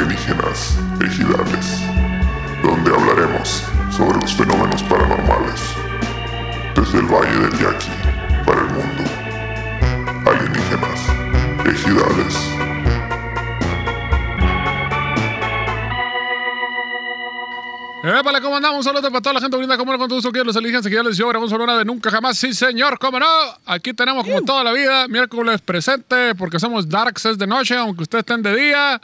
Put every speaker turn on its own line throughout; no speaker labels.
Leyendas Ejidales, donde hablaremos sobre los fenómenos paranormales desde el Valle del Yaqui para el mundo. Alienígenas, ejidales.
Épale, ¿cómo andamos? Un saludo para toda la gente bonita. ¿Cómo no? Con todo gusto que los alienígenas seguidores. Yo grabamos una de Nunca Jamás. Sí, señor, ¿cómo no? Aquí tenemos
Mm.
como toda la vida, miércoles presente, porque somos Darks es de noche, aunque ustedes estén de día.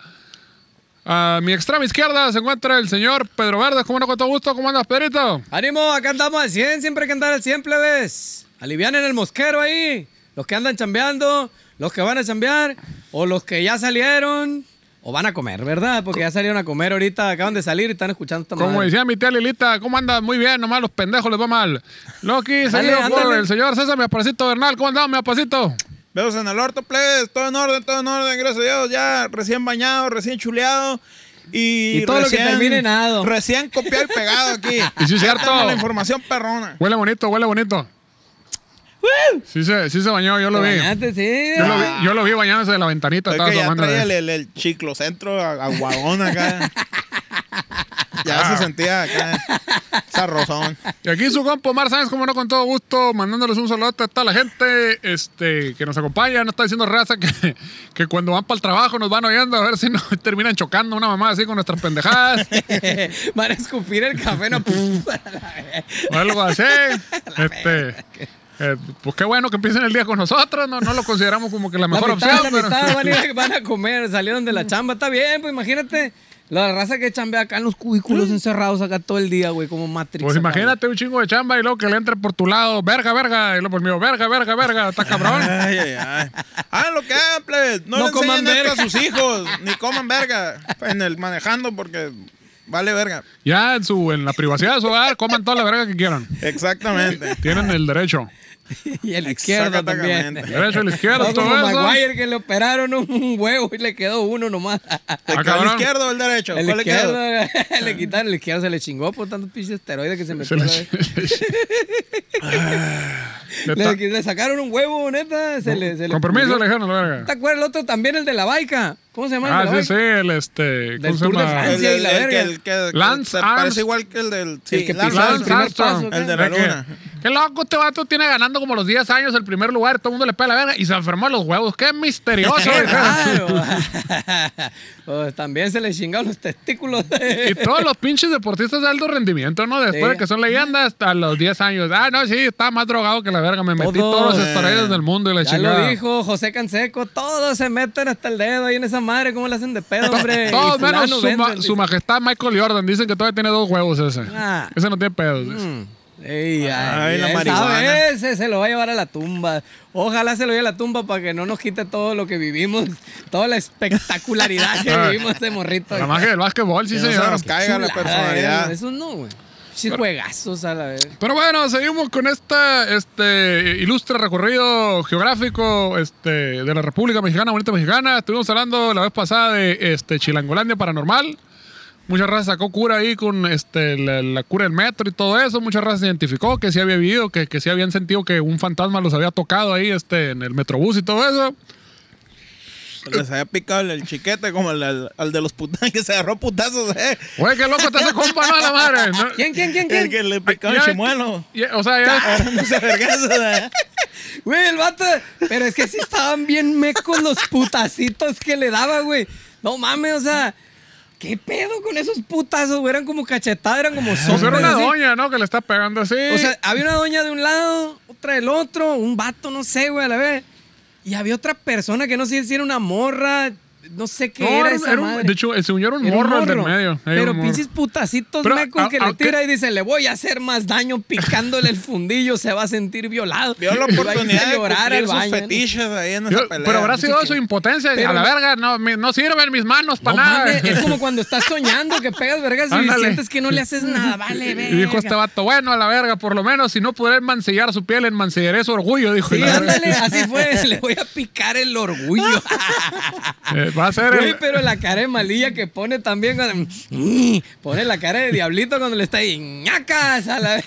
A mi extrema izquierda se encuentra el señor Pedro Verdes. ¿Cómo no? Con todo gusto. ¿Cómo andas, Pedrito?
Ánimo, acá andamos al 100, siempre hay que andar al 100, plebes. Alivianen el mosquero ahí. Los que andan chambeando, los que van a chambear, o los que ya salieron, o van a comer, ¿verdad? Porque ya salieron a comer ahorita, acaban de salir y están escuchando esta
Como
madre.
decía mi tía Lilita, ¿cómo andas? Muy bien, nomás los pendejos les va mal. Loki, seguido por
ándale.
el señor César Miapacito Bernal. ¿Cómo andamos, Miapacito?
Veos en el orto, plebes. Todo en orden, todo en orden. Gracias a Dios. Ya recién bañado, recién chuleado. Y,
Y todo lo que
recién-
termine en ado.
Recién copiado y pegado aquí.
Y sí es
Ya
cierto.
tengo La información perrona.
Huele bonito, huele bonito. Sí se, sí se bañó, yo lo vi.
Bañate, sí.
Yo lo vi, yo lo vi bañándose de la ventanita.
Es
estaba
que ya
tomando
traía
de-
el,
eh.
el, el chiclocentro a- aguadón acá. ya
Ah.
se sentía acá. Zarrozón.
Y aquí su compa Omar Sáenz, como no, con todo gusto, mandándoles un saludo a toda la gente este, que nos acompaña. No está diciendo raza que, que cuando van para el trabajo nos van oyendo a ver si nos terminan chocando una mamá así con nuestras pendejadas
Van a escupir el café, no.
o algo así. Este, eh, pues qué bueno que empiecen el día con nosotros. No, no lo consideramos como que la
La
mejor
mitad,
opción.
la
pero-
mitad van, a ir a- van a comer, salieron de la chamba, está bien, pues imagínate. La raza que chambea acá en los cubículos encerrados acá todo el día, güey, como Matrix.
¿Eh? Pues
acá,
imagínate un chingo de chamba y luego que le entre por tu lado, verga, verga, y luego por el mío, verga, verga, verga, está cabrón.
Ay, ay, ay. Hagan lo que hagan, plebes. No,
No
le
coman
enseñen esto a
verga.
sus hijos. Ni coman verga. En el manejando porque vale verga.
Ya en su, en la privacidad de su hogar, coman toda la verga que quieran.
Exactamente.
Tienen el derecho.
güey. Y el izquierdo
El
también.
Exactamente.
derecho, el izquierdo,
No, como
todo eso.
Maguire que le operaron un huevo y le quedó uno nomás.
¿Te
Ah,
quedó el
cabrón.
izquierdo o el derecho?
El
¿Cuál le quedó?
izquierdo le quitaron, el izquierdo se le chingó por tantos pinches esteroides que se metió.
Se le-
güey. Le,
Neta.
le sacaron un huevo, neta. Se le, se le
Con permiso,
pudrió.
le dijeron a la verga.
¿Te acuerdas el otro también, el de la baica? ¿Cómo se llama?
Ah,
el de la
sí, sí,
baica?
el este. ¿Cómo
Del
se
Tour de
llama?
Francia.
El, el-
la
el que,
verga.
el que- que
Lance
se
Arms-
parece igual que el del sí,
El que
Lance
pisó el
Armstrong.
primer paso,
Armstrong.
¿qué?
El de
que-
la luna.
Qué loco, este vato tiene ganando como los 10 años el primer lugar, todo el mundo le pega la verga y se enfermó de los huevos. Qué misterioso.
¡Qué
hija.
raro! Pues también se le chingaron los testículos.
Y todos los pinches deportistas de alto rendimiento, ¿no? Después
Sí.
de que son leyendas, hasta los 10 años. Ah, no, sí, estaba más drogado que la verga. Me metí
Todos.
todos los esteroides del mundo y la
eh, ya
chingada.
lo dijo José Canseco, todos se meten hasta el dedo ahí en esa madre, ¿cómo le hacen de pedo, hombre?
Todos
Y fulano
menos su,
venden,
ma-
dice.
su majestad Michael Jordan. Dicen que todavía tiene dos huevos ese.
Ah.
Ese no tiene pedos.
Mm. Ey,
Ay,
ay,
la
él
marihuana.
sabe, ese se lo va a llevar a la tumba. Ojalá se lo lleve a la tumba para que no nos quite todo lo que vivimos, toda la espectacularidad que
Ah.
vivimos de morrito.
La magia del básquetbol, sí,
Que no se
señor.
nos caiga la
Chulada,
personalidad.
eh, Eso no, güey. Sí, juegazos a la vez.
Pero bueno, seguimos con esta, este ilustre recorrido geográfico este, de la República Mexicana, bonita mexicana. Estuvimos hablando la vez pasada de este, Chilangolandia Paranormal. Mucha raza sacó cura ahí con este, la, la cura del metro y todo eso. Mucha raza se identificó que sí había vivido, que, que sí habían sentido que un fantasma los había tocado ahí este, en el metrobús y todo eso.
Les había picado el, el chiquete como el, al- al de los putas que se agarró putazos, eh.
Güey, qué loco está ese compa, no, a la madre. ¿no?
¿Quién, quién, quién,
El
quién?
que le picó el
Ya ves que-
chimuelo.
ya- o sea,
ah,
ya,
Agarrándose vergazos, eh.
Güey, el vato. Pero es que sí estaban bien mecos los putacitos que le daba, güey. No mames, o sea. ¿Qué pedo con esos putazos, güey? Eran como cachetadas, eran como
o
sombras.
sea, era una
así.
doña, ¿no? Que le está pegando así.
O sea, había una doña de un lado, otra del otro, un vato, no sé, güey, a la vez. Y había otra persona que no sé si era una morra, no sé qué
No,
era,
un-
esa
un-
madre.
De hecho, el señor era un
Era un
morro, el del medio. Ahí
Pero
un morro.
pinches putacitos
Pero, ah,
mecos
a-
que le
aunque-
tira y dice, le voy a hacer más daño picándole el fundillo, se va a sentir violado.
Vio la
Y va a irse
oportunidad
a
de
llorar
cumplir
al
sus
baño, ¿no?
fetiches ahí en
Yo-
esa pelea.
pero habrá sido su impotencia.
Pero-
a la verga, no, mi- no sirven mis manos
No
para nada.
mames, es como cuando estás soñando que pegas vergas y
Ándale.
sientes que no le haces nada, vale,
y
verga.
dijo este vato, bueno, a la verga, por lo menos si no pudiera mancillar su piel, enmancillaré su orgullo, dijo. y
Sí,
la verga.
ándale, así fue, le voy a picar el orgullo.
Eh, va a ser
Güey,
el-
pero la cara de malilla que pone también cuando... Mm, Pone la cara de diablito cuando le está ahí... ¡Ñacas! A la...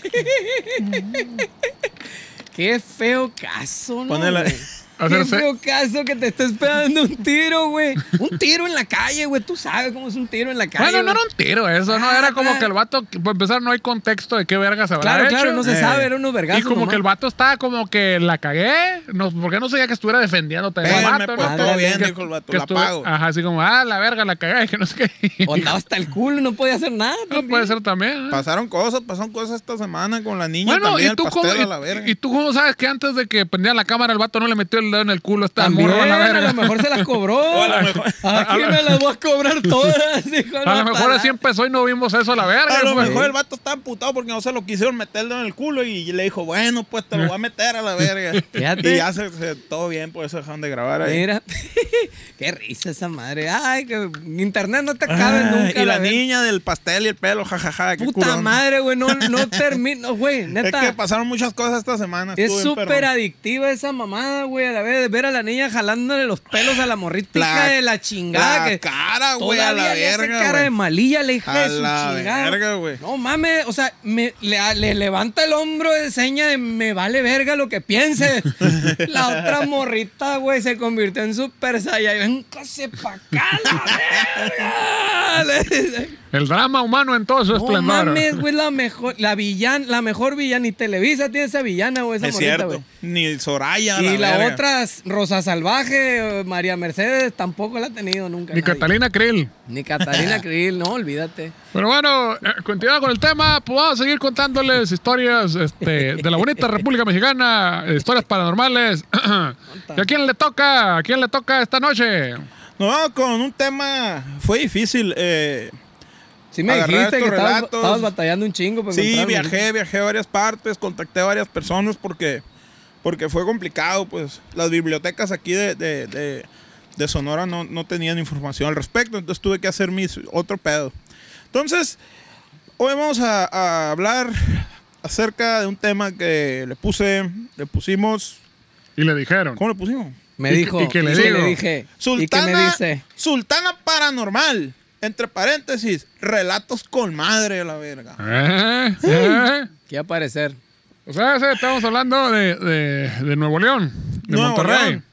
Qué feo caso, ¿no?
Pone la-
güey? Qué
hacerse-
feo caso que te estés pegando un tiro, güey. Un tiro en la calle, güey. Tú sabes cómo es un tiro en la calle.
Bueno, no
güey.
era un tiro eso, ¿no? Era como
Ah,
que el vato, que, para empezar, no hay contexto de qué vergas habrá
Claro,
hecho.
claro, no se
Eh.
sabe, era unos vergazos.
Y como
nomás.
que el vato estaba como que la cagué, no, porque no sabía que estuviera defendiéndote del
Espérame,
vato,
pues,
¿no?
todo
Que-
bien,
que-
dijo el vato,
que
la
estuve-
pago.
Ajá, así como, ah, la verga, la cagué, que no sé qué.
O andaba hasta el culo, no podía hacer nada.
No puede ser también. ¿eh?
Pasaron cosas, pasaron cosas esta semana con la niña
Bueno,
también,
¿y
el
tú,
pastel
cómo,
a la verga.
y, y tú cómo sabes que antes de que prendiera la cámara el vato no le metió el dedo en el culo a esta
También,
morra a la
a
verga?
lo mejor se las cobró.
O a lo mejor-
Aquí me las voy a cobrar todas. dijo el
A lo
vato.
mejor así empezó y no vimos eso a la verga.
a lo
pues.
mejor el vato está amputado porque no se lo quisieron meterlo en el culo y le dijo, bueno, pues te lo voy a meter a la verga.
Fíjate.
Y ya se, se- todo bien, por eso dejaron de grabar ahí.
Mira, qué risa esa madre. Ay, que internet no te
Ah,
cabe nunca.
y la
verga.
niña del pastel y el pelo, jajaja. qué
Puta
culón.
madre, güey, no, no termino, güey,
Es
neta.
que pasaron muchas cosas esta semana.
Es
estuve enfermo.
súper adictiva esa mamada, güey. A la vez de ver a la niña jalándole los pelos a la morrita hija de la chingada.
la
que
cara, güey, a la
todavía le hace
verga.
cara
güey.
de malilla la hija
A
de su
la
chingada.
verga, güey.
No mames, o sea, me- le, le levanta el hombro de seña de me vale verga lo que pienses. la otra morrita, güey, se convirtió en super saiyajin. Véngase pa' acá, la verga. Le dice.
El drama humano en todo su
No
esplendor.
mames, güey, la mejor, la villana, la mejor villana. Y Televisa tiene esa villana, güey, esa
Es
morrita,
cierto.
güey.
Ni Soraya.
Y la,
verga.
otra, Rosa Salvaje, eh, María Mercedes, tampoco la ha tenido nunca.
Ni
nadie.
Catalina Krill.
Ni Catalina Krill, no, olvídate.
Pero bueno, eh, continuando con el tema, pues vamos a seguir contándoles historias este, de la bonita República Mexicana, eh, historias paranormales. ¿Y a quién le toca? ¿A quién le toca esta noche?
Nos vamos con un tema. Fue difícil. eh,
Sí me
Agarrar
dijiste que
estos
estabas,
relatos.
estabas batallando un chingo para
Sí,
encontrarlo.
viajé, viajé a varias partes, contacté a varias personas porque, porque fue complicado, pues las bibliotecas aquí de, de- de- de Sonora no, no tenían información al respecto, entonces tuve que hacer mis otro pedo. Entonces, hoy vamos a, a hablar acerca de un tema que le puse, le pusimos,
Y le dijeron.
¿cómo le pusimos?
Me
¿Y qué-
dijo,
y qué le
y
digo?
dije, ¿y qué me
Sultana,
dice?
Sultana Paranormal, entre paréntesis, relatos con madre, la verga.
Ah.
¿Eh? ¿Eh?
Que iba a aparecer.
O sea, ese- estamos hablando de, de- de Nuevo León, de
Nuevo
Monterrey.
León.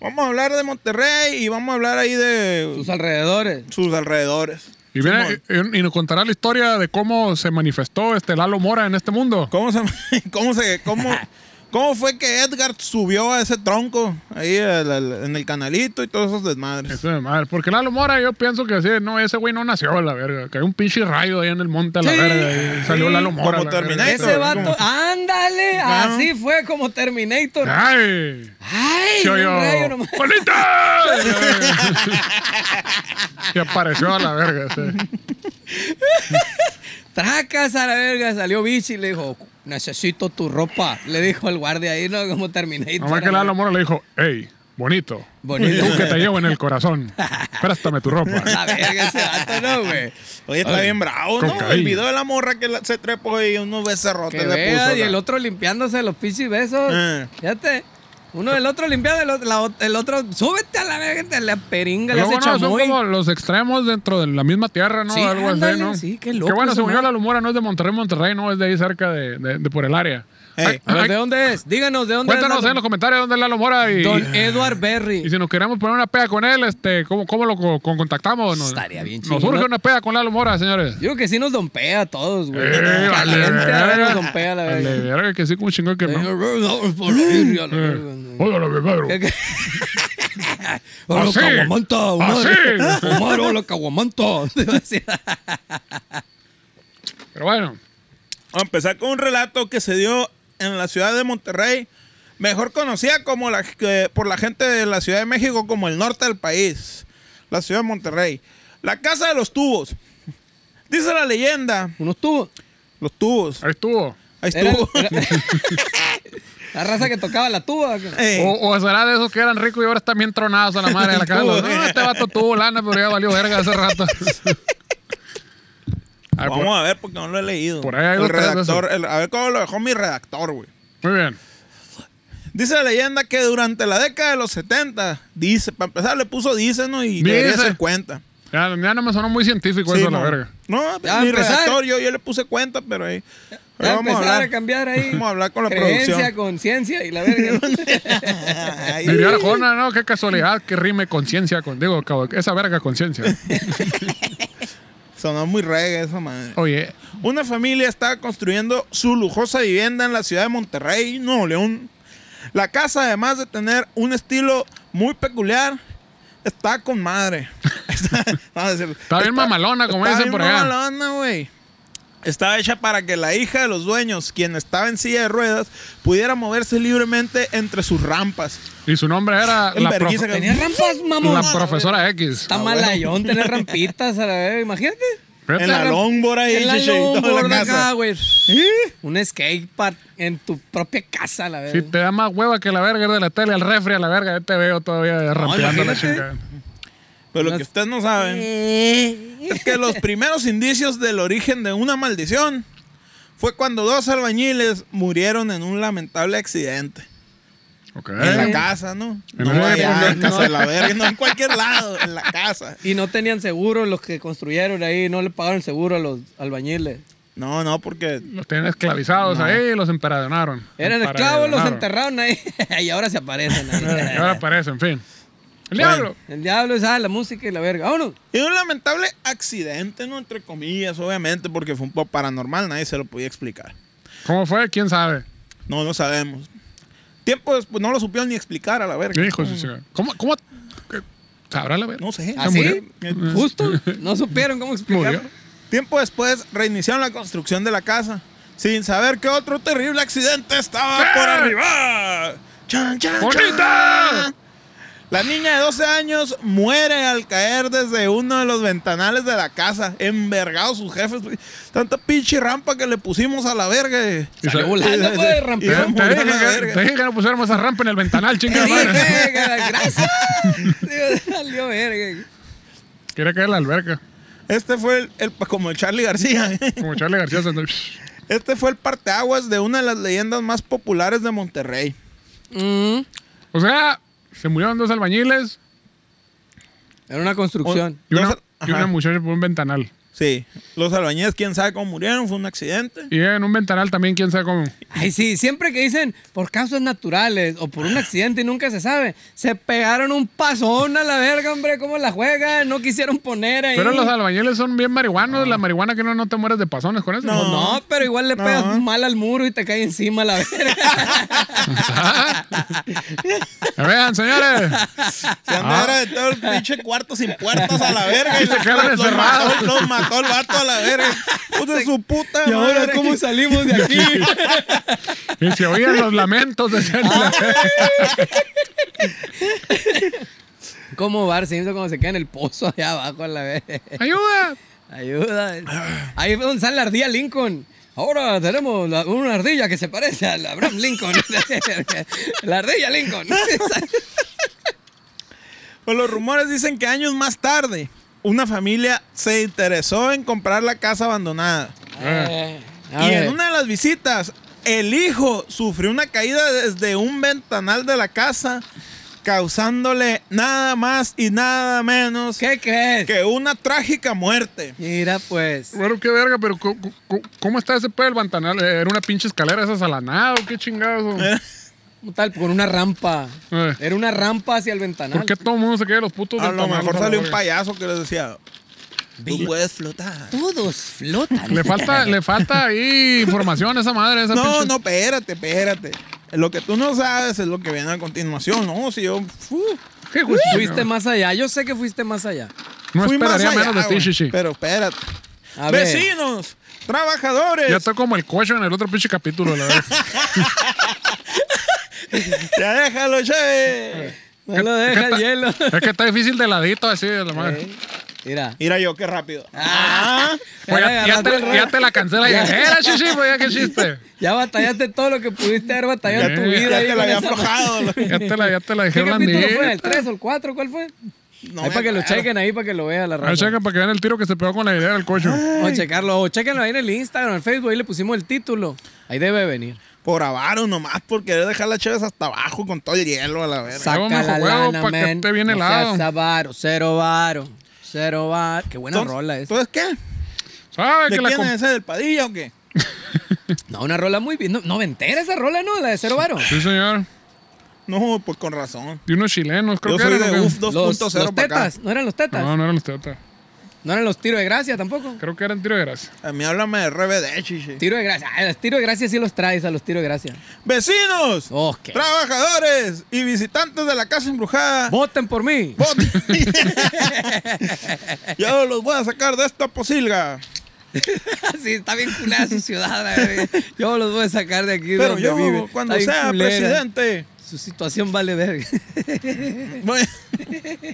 Vamos a hablar de Monterrey y vamos a hablar ahí de
Sus
sus,
alrededores.
alrededores.
Y, viene,
Simón.
y, y nos contará la historia de cómo se manifestó este Lalo Mora en este mundo.
¿Cómo se, cómo se, cómo, cómo fue que Edgar subió a ese tronco ahí al- al- en el canalito y todos esos desmadres?
Eso de madre. Porque Lalo Mora, yo pienso que así, no, ese güey no nació a la verga. Que hay un pinche rayo ahí en el monte a la
Sí.
verga. Y salió
Sí.
Lalo Mora. a
Como
la verga.
Terminator.
Ese
Eso,
vato,
como-
ándale,
Ajá.
así fue como Terminator.
¡Ay!
Ay,
Se
un
oyó.
rayo nomás.
¡Juanita! y apareció a la verga. sí.
Tracas a la verga, salió bichi y le dijo, necesito tu ropa. Le dijo al guardia ahí, ¿no? Como Terminator.
Nomás que Lalo Mora le dijo, ¡Ey, bonito!
Bonito.
Tú que te llevo en el corazón. Préstame tu ropa.
La verga ese vato, ¿no, güey?
Oye, está bien bravo, ¿no?
Cocaína.
El video de la morra que la- se trepó ahí unos becerrotes
Que
le
vea,
puso.
y el
la-
otro limpiándose los pichis besos.
Eh.
Fíjate. Uno del otro limpiado, el otro, la ot- el otro súbete a la verga, te la peringa, le
Luego,
hace
no, son
chamoy.
como los extremos dentro de la misma tierra, ¿no?
Sí,
Algo
ándale,
así, ¿no?
sí, qué
Que
loco
bueno,
esa
según yo,
madre.
la Lumora no es de Monterrey, Monterrey, no, es de ahí cerca de, de- de por el área.
Ey,
Ay,
A ver,
ay,
¿de dónde es? Díganos, ¿de dónde
cuéntanos
es?
ahí en los comentarios dónde es Lalo Mora y,
Don Edward
y
Berry.
si nos queremos poner una peda con él, este, ¿cómo, cómo lo co- con- contactamos? Nos,
Estaría bien
Nos
chido,
urge
¿no?
una peda con Lalo Mora, señores.
Yo creo que sí nos dompea a todos, güey.
Eh, vale,
Caliente a ver,
verga.
nos dompea a la
Vale,
verga.
verga, que sí, como chingón que no.
Por la verga, la verga.
Eh, Hola, mi Pedro.
¿Qué- qué? Hola,
Así.
caguamanta, Omar.
Así.
Omar, hola, caguamanta.
Pero bueno,
Vamos a empezar con un relato que se dio en la ciudad de Monterrey, mejor conocida como la, que- por la gente de la Ciudad de México como el norte del país, la ciudad de Monterrey. La casa de los tubos. Dice la leyenda,
Unos tubos.
los tubos.
ahí estuvo.
Ahí
Era-
estuvo.
era- la raza que tocaba la tuba.
Ey,
O, o será de esos que eran ricos y ahora están bien tronados a la madre de la casa.
Estuvo,
No,
eh.
este vato tuvo lana, pero ya valió verga hace rato. pues, A ver,
Vamos a ver porque no lo he leído.
Por ahí hay
el
dos, tres de
redactor, el- a ver cómo lo dejó mi redactor, güey.
Muy bien.
Dice la leyenda que durante la década de los 70, dice, para empezar le puso dice, ¿no? Y
Dice.
debería ser cuenta.
Ya, ya no me sonó muy científico
Sí,
eso, la
no.
verga.
No,
Ya va a
mi
empezar.
redactor, yo, yo le puse cuenta, pero ahí.
Ya
Pero vamos a
empezar a,
hablar.
cambiar ahí.
Vamos a hablar con la
Creencia,
producción.
conciencia y la verga.
Ay,
Diría Arjona, ¿no? Qué casualidad que rime conciencia con. Digo, cabo- esa verga conciencia.
sonó muy reggae esa madre.
Oye,
Una familia estaba construyendo su lujosa vivienda en la ciudad de Monterrey, Nuevo León. La casa, además de tener un estilo muy peculiar, está con madre. Está, no, es cierto.
Está bien mamalona, como
está
dicen
bien
por acá.
mamalona, güey. Estaba hecha para que la hija de los dueños, quien estaba en silla de ruedas, pudiera moverse libremente entre sus rampas.
y su nombre era
En
la, prof-
vergüenza,
Tenía rampas, mamón.
la profesora Ah, X.
Está malayón tener rampitas a la verga, imagínate.
Fíjate,
En la
era-
longboard ahí,
En la
chiche, y toda
longboard
la
acá,
casa. ¿Eh?
güey. Un skatepark en tu propia casa, la
Si
verga.
te da más hueva que la verga de la tele al refri, a la verga, ya te veo todavía rampeando la
imagínate.
chica.
Pero lo que ustedes no saben es que los primeros indicios del origen de una maldición fue cuando dos albañiles murieron en un lamentable accidente.
Ok.
En la casa, ¿no?
Eh. En
No
la
vaya
época,
en casa de la verga, no en cualquier lado, en la casa.
Y no tenían seguro los que construyeron ahí, no le pagaron seguro a los albañiles.
No, no, porque
Los tienen esclavizados ahí y los emperadonaron.
Eran esclavos, los
Emperadonaron.
enterraron ahí y ahora se aparecen
Y
ahí.
ahora aparece, en fin. El
Bueno.
diablo.
El diablo es ah, la música y la verga. Vámonos.
es un lamentable accidente, ¿no? Entre comillas, obviamente, porque fue un poco paranormal, nadie se lo podía explicar.
¿Cómo fue? ¿Quién sabe?
No lo sabemos. Tiempo después no lo supieron ni explicar a la verga.
Hijo de su chica. ¿Cómo? cómo qué- ¿Sabrá la verga?
Pues, No sé.
¿Así?
murió.
Justo. No supieron cómo
Murió.
explicarlo.
Tiempo después reiniciaron la construcción de la casa, sin saber que otro terrible accidente estaba por arriba. ¡Chan, chan,
¡Bonita!
chan! La niña de 12 años muere al caer desde uno de los ventanales de la casa, envergados sus jefes. güey. Tanta pinche rampa que le pusimos a la verga. güey.
Y
Salió
sa-
volando, pues,
Te,
Y
te
se
rampeón.
murió
dije
la
que,
verga.
te dije que no pusiéramos esa rampa en el ventanal,
Te
chingada madre.
dije, cara, gracias. Digo, Salió verga.
Quería caer en la alberca.
Este fue el, el- como el Charlie García.
Como Charlie García. Sandoval.
Este fue el parteaguas de una de las leyendas más populares de Monterrey.
Mm.
O sea, se murieron dos albañiles
Era una construcción.
y una,
Dos al-
y una
ajá.
muchacha por un ventanal.
Sí, los albañiles, quién sabe cómo murieron, fue un accidente.
Y en un ventanal también, quién sabe cómo.
Ay, sí, siempre que dicen por causas naturales o por un accidente y nunca se sabe, se pegaron un pasón a la verga, hombre, ¿cómo la juegan? No quisieron poner ahí.
Pero los albañiles son bien marihuanos. La marihuana que no, no te mueres de pasones con eso.
Pues no, pero igual le
No.
pegas mal al muro y te cae encima la verga.
Vean, señores.
Se andara de todo el pinche cuarto sin puertas a la verga.
Y se quedaron
Los
encerrados.
mató- Los mató el vato a la verga. Puta de su puta
y ahora,
madre.
¿cómo salimos de aquí?
Y se oían los lamentos de ser la
¿Cómo Bar Simpson cuando se queda en el pozo allá abajo a la verga?
¡Ayuda!
Ayuda. Ahí fue donde sale la ardilla Lincoln. Ahora tenemos la- una ardilla que se parece a la Abraham Lincoln. la ardilla Lincoln.
Ah.
Pues los rumores dicen que años más tarde, una familia se interesó en comprar la casa abandonada.
Eh, A
y
ver.
en una de las visitas, el hijo sufrió una caída desde un ventanal de la casa, causándole nada más y nada menos
¿Qué crees?
que una trágica muerte.
Mira, pues.
Bueno, qué verga, pero co- co- co- ¿cómo está ese pedo del ventanal? ¿Era una pinche escalera esa salanada o qué chingados? o?
un Tal, con una rampa.
Eh.
Era una rampa hacia el ventanal.
¿Por qué todo el mundo se queda en los putos
A lo
ventanales,
mejor
a la
salió un
verga?
payaso que les decía, tú puedes flotar.
Todos flotan.
Le falta, le falta ahí información a esa madre, a esa
No,
pinche-
no, espérate, espérate. Lo que tú no sabes es lo que viene a continuación. No, si yo fu,
Qué justo,
Fuiste
no.
más allá. Yo sé que fuiste más allá.
No
fui más
esperaría
allá,
menos de
güey.
ti, Shishi.
Pero espérate.
A ver.
Vecinos, trabajadores.
Ya
Ya,
está como el coche en el otro pinche capítulo, la verdad.
déjalo, che.
No lo deja el hielo. Eh,
es que está difícil de ladito así, de la madre.
Mira.
Mira yo, qué rápido. Ah,
Pues ya,
Era
ya
agarrando el
te,
rollo.
ya te la cancela y era Shishi, pues ya qué chiste.
Ya batallaste todo lo que pudiste haber batallado en tu
Ya
vida.
ya
ahí
te
con
la había
esa-
aflojado. lo-
Ya te la, ya te la dejé
¿Qué capítulo
blandir.
fue? ¿El 3 o el 4? ¿Cuál fue?
No
ahí
me
para que lo
acuerdo.
chequen ahí, para que lo vea la
Ahora
raza.
checa para que vean el tiro que se pegó con la idea del coche.
Vamos a checarlo. O chequenlo ahí en el Instagram, en el Facebook. Ahí le pusimos el título. Ahí debe venir.
Por avaro nomás, por querer dejar las chaves hasta abajo con todo el hielo a la verga.
Saca
Vamos,
la
huevo,
lana,
pa' que
man.
esté bien
No
helado.
seas avaro, cero varo. Cero varo. Qué buena
Entonces-
rola esa.
pues- ¿Entonces qué?
¿Sabe
¿De
que la
quién
comp-
es ese? ¿Del Padilla o qué?
No, una rola muy bien. No, noventera esa rola, ¿no? La de Cero Varo.
Sí, señor.
No, pues con razón.
Y unos chilenos, creo
Yo
que
soy
eran.
de
¿o qué?
UF
Los,
2.0
los
para acá.
tetas, no eran los tetas.
No,
No,
no eran los tetas.
eran los tiro de gracia tampoco.
Creo que eran tiro de gracia.
A mí háblame de RBD, chiche.
Tiro de gracia. Ah, los tiro de gracia sí los traes a los tiro de gracia.
Vecinos,
Oh, qué-
trabajadores y visitantes de la casa embrujada.
Voten por mí.
voten. Yo los voy a sacar de esta posilga.
sí, está bien culera su ciudad. la verga. Yo los voy a sacar de aquí. de
Pero
donde
yo,
vive.
cuando
Está bien
sea
culera.
presidente,
Su situación vale verga.
voy-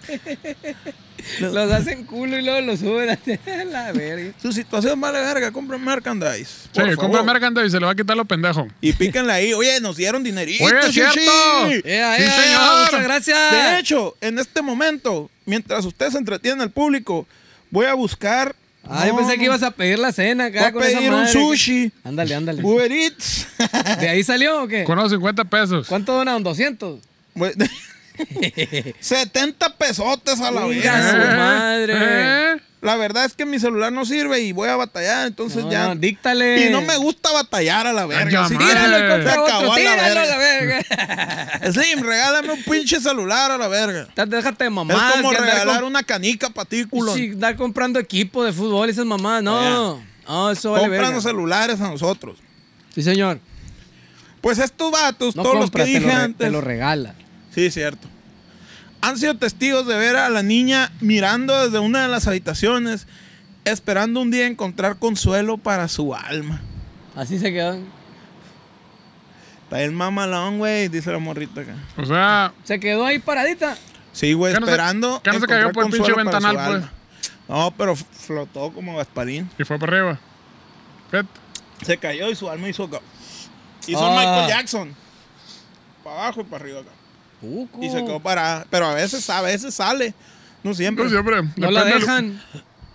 los hacen culo y luego los suben a la verga.
su situación vale verga. Compren merchandise. por
Sí, compra
favor.
merchandise y se le va a quitar lo pendejo.
Y píquenle ahí. Oye, nos dieron dinerito.
Oye, es
chichi.
cierto.
¡Ea,
Sí,
ea, ea!
señor.
muchas gracias.
De hecho, en este momento, mientras ustedes entretienen al público, voy a buscar.
Ah, yo
No,
pensé
no.
que ibas a pedir la cena acá
Voy a
con esa
pedir un
madre.
sushi.
Ándale, ándale.
Uber Eats.
¿De ahí salió o qué?
Con unos 50 pesos.
¿Cuánto donaron? ¿200?
Güey, 70 pesotes a la
Uy,
verga.
ya su
güey.
madre.
¿Eh?
La verdad es que mi celular no sirve y voy a batallar, entonces
No,
ya.
no, díctale.
Y no me gusta batallar a la verga.
Ah, ya
así que-
madre.
Tíralo y
Se
compra
acabó
otro.
a la
Tíralo a la
verga.
verga.
Slim, regálame un pinche celular a la verga.
Ya Déjate de
Es
mamás.
como
que andar
regalar
con-
una canica para ti, culón.
Sí, andar comprando equipo de fútbol, esas mamás. No, no, eso vale
Compran
verga.
los celulares a nosotros.
Sí, señor.
Pues estos vatos,
No
todos los que
compras, te
dije
lo re-
antes.
te lo regala.
Sí, cierto. Han sido testigos de ver a la niña mirando desde una de las habitaciones, esperando un día encontrar consuelo para su alma.
Así se quedó.
Está el mamalón, güey, dice la morrita acá.
O sea,
Se quedó ahí paradita.
Sí, güey,
¿Qué no se-
esperando.
qué no se cayó
encontrar
por el pinche
consuelo para su
ventanal,
alma. No, pero f- flotó como Gasparín.
y fue para arriba. Fíjate.
Se cayó y su alma hizo. acá. Hizo
Ah.
Michael Jackson. Para abajo y para arriba acá. Y
Uh.
se quedó parada. Pero a veces, a veces sale. No siempre.
No siempre.
No
depende
la
del-
dejan.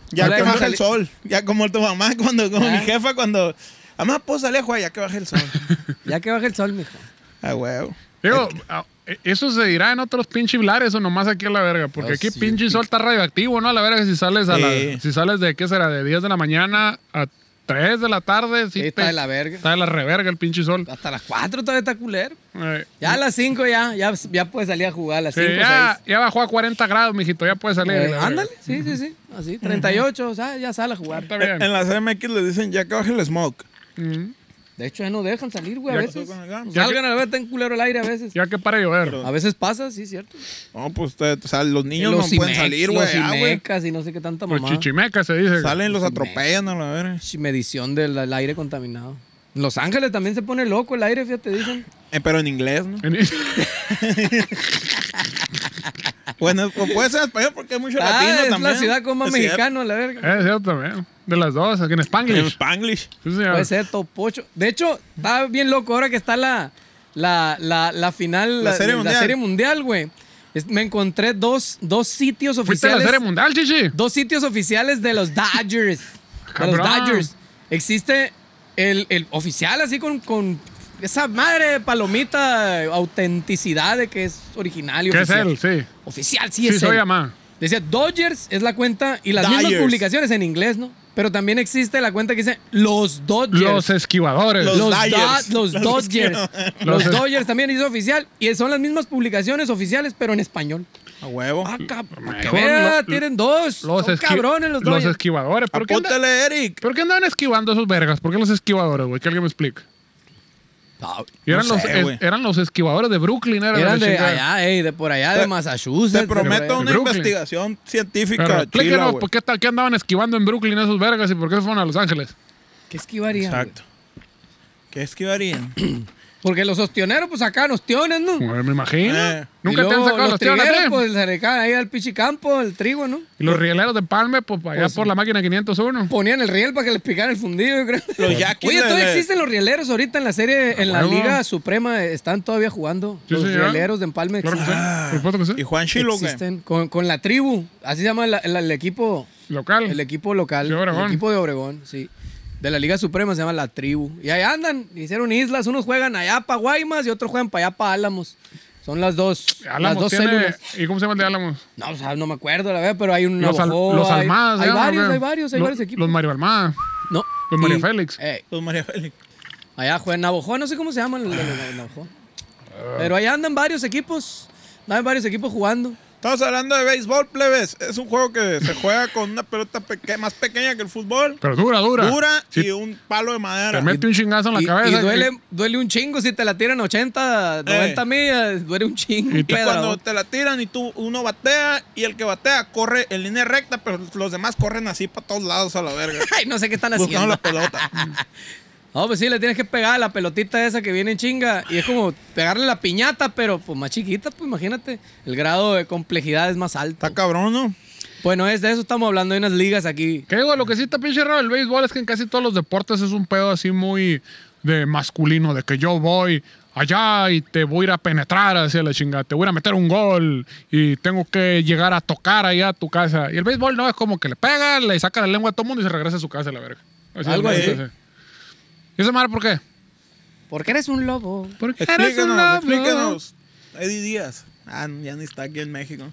Ya
No le
que
dejan
baja el sol. Ya como tu mamá, cuando, como
Ah.
mi jefa, cuando. Mamá, puedo salir a jugar ya que baje el sol.
Ya que baje el sol, mijo.
ah, huevo.
Digo, a- eso se dirá en otros pinches lares o nomás aquí a la verga, porque
Ah,
aquí
sí,
pinche sol está radioactivo, ¿no? A la verga, si sales a
Sí.
la, si sales de, ¿qué será? De 10 de la mañana a 3 de la tarde. Sí,
Sí, está de la verga.
Está de la reverga el pinche sol.
Hasta las 4 todavía está culero.
Eh,
Ya a las 5 ya, ya, ya puedes salir a jugar a las
sí,
5
ya, ya bajó a 40 grados, mijito, ya puedes salir. a la verga.
Eh, ándale, sí, sí, sí. Así, 38, o sea, ya sale a jugar.
Está
En,
bien.
en las MX le dicen ya que baje el smoke.
Mm.
De hecho, ya no dejan salir, güey, a
Ya-
veces.
Ya-
Salgan a la vez, está en culero el aire a veces.
Ya que para de llover.
A veces pasa, sí, cierto.
No, pues te- o sea, los niños no
Los
pueden
Imex,
salir, güey.
Los
ah, güey.
Imecas y no sé qué tanta
Los
mamá.
chichimecas se dice.
Salen y los atropellan a la verga.
Medición del del aire contaminado. En Los Ángeles también se pone loco el aire, fíjate, dicen.
Eh, pero en inglés, ¿no?
En- Eh,
Bueno, pues puede ser en español porque hay mucho latino
Ah, es
también.
la ciudad con más
Es cierto.
mexicano, la verga.
Es cierto también. De las dos, aquí en
En
Spanglish.
Spanglish.
Sí, señor.
Puede ser Topocho. De hecho, está bien loco ahora que está la, la, la, la final,
La Serie Mundial.
Serie Mundial, güey. Es- Me encontré dos, dos sitios
¿Fuiste a la
oficiales.
serie mundial, chichi?
Dos sitios oficiales de los Dodgers. De los
Cabrón.
Dodgers. Existe el, el oficial así con, con esa madre de palomita, eh, autenticidad de que es original y
¿Qué es
oficial.
él? Sí.
Oficial, sí,
Sí,
es
soy
él.
amá.
Decía Dodgers es la cuenta y las mismas
Dodgers.
publicaciones en inglés, ¿no? Pero también existe la cuenta que dice los Dodgers.
Los eh, esquivadores.
Los
Los,
Dyers.
Do- los
Los
Dodgers. Los
que-
Los- eh.
Dodgers también hizo oficial. Y son las mismas publicaciones oficiales, pero en español.
A huevo.
Ah, cabrón.
Mejor
que vea,
lo-
tienen dos.
Los
son
esqui-
cabrones los
los
Dodgers.
esquivadores. ¿Por qué, andan,
Apóntale, Eric.
por qué andaban esquivando esos vergas? ¿Por qué los esquivadores, güey? Que alguien me explique.
Ah,
Y eran,
No
los,
sé,
es-
güey.
eran los esquivadores de Brooklyn. Eran,
Eran
la
de
chingada.
allá, ey, de por allá,
Te-
de Massachusetts.
Te
de por allá.
prometo una
Brooklyn.
investigación
Pero
científica chila,
explíquenos
güey.
por qué, ta- qué andaban esquivando en Brooklyn esos vergas y por qué se fueron a Los Ángeles.
¿Qué esquivaría?
Exacto. ¿Qué esquivarían?
Porque los ostioneros, pues sacaban ostiones, ¿no?
Bueno, me imagino.
Eh.
Nunca
Y
te han
luego
sacado los tíos
trigueros,
¿eh?
pues se le caen ahí al pichicampo, el trigo, ¿no?
Y los rieleros de Palme, pues para allá por la máquina 501.
Ponían el riel para que les picara el fundido, yo creo.
Los Yaquis
Oye,
de-
todavía
de-
existen los rieleros ahorita en la serie, en la
huevo.
Liga Suprema, eh, están todavía jugando.
Ah, Sí,
los
señor.
rieleros de Empalme
Claro que sí.
existen.
Por supuesto que
¿Y
sí.
Juan Ah, Chilo, güey?
Existen con, con la tribu, así se llama la- la- el equipo,
Local.
el equipo local,
Sí, Obregón.
el equipo de Obregón, sí. De la Liga Suprema se llama la tribu. Y ahí andan, hicieron islas, unos juegan allá para Guaymas y otros juegan para allá para Álamos. Son las dos, las
Álamos
dos
tiene-
células.
¿Y cómo se llama el de Álamos?
No, o sea, no me acuerdo, la verdad, pero hay un
Los, al-
Navajo,
los
hay-
Almadas.
Hay,
¿se llaman,
varios,
o qué?
hay varios, hay
Los-
varios equipos.
Los Mario Almada.
No.
Pues María Félix.
Ey,
Pues María Félix.
allá juega en Navajo, no sé cómo se llama el, el- el- el Navajo. Pero allá andan varios equipos. Andan varios equipos jugando.
Estamos hablando de béisbol, plebes. Es un juego que se juega con una pelota peque- más pequeña que el fútbol.
Pero dura, dura.
Dura
Si
y un palo de madera.
te mete un chingazo en la
y,
cabeza.
y duele, duele un chingo si te la tiran 80, 90
Ey.
millas. Duele un
Y
chingo.
te-
Y
pedra,
cuando
¿no?
te la tiran y tú uno batea y el que batea corre en línea recta, pero los demás corren así para todos lados a la verga.
Ay, no sé qué están
buscando
haciendo.
la pelota.
No, pues sí, le tienes que pegar a la pelotita esa que viene en chinga. Y es como pegarle la piñata, pero pues más chiquita, pues imagínate. El grado de complejidad es más alto.
Está cabrón, ¿no?
Bueno, es de eso estamos hablando. Hay unas ligas aquí.
Que digo, lo que sí está pinche raro el béisbol es que en casi todos los deportes es un pedo así muy de masculino, de que yo voy allá y te voy a ir a penetrar hacia la chingada, te voy a ir a meter un gol y tengo que llegar a tocar allá a tu casa. Y el béisbol no es como que le pegan, le saca la lengua a todo mundo y se regresa a su casa, la verga. Así
Algo
es,
así.
sí, sí. ¿Y esa madre por qué?
Porque eres un lobo.
Porque eres un
Explíquenos,
lobo.
explíquenos. Eddie Díaz. Ah, ya ni está aquí en México.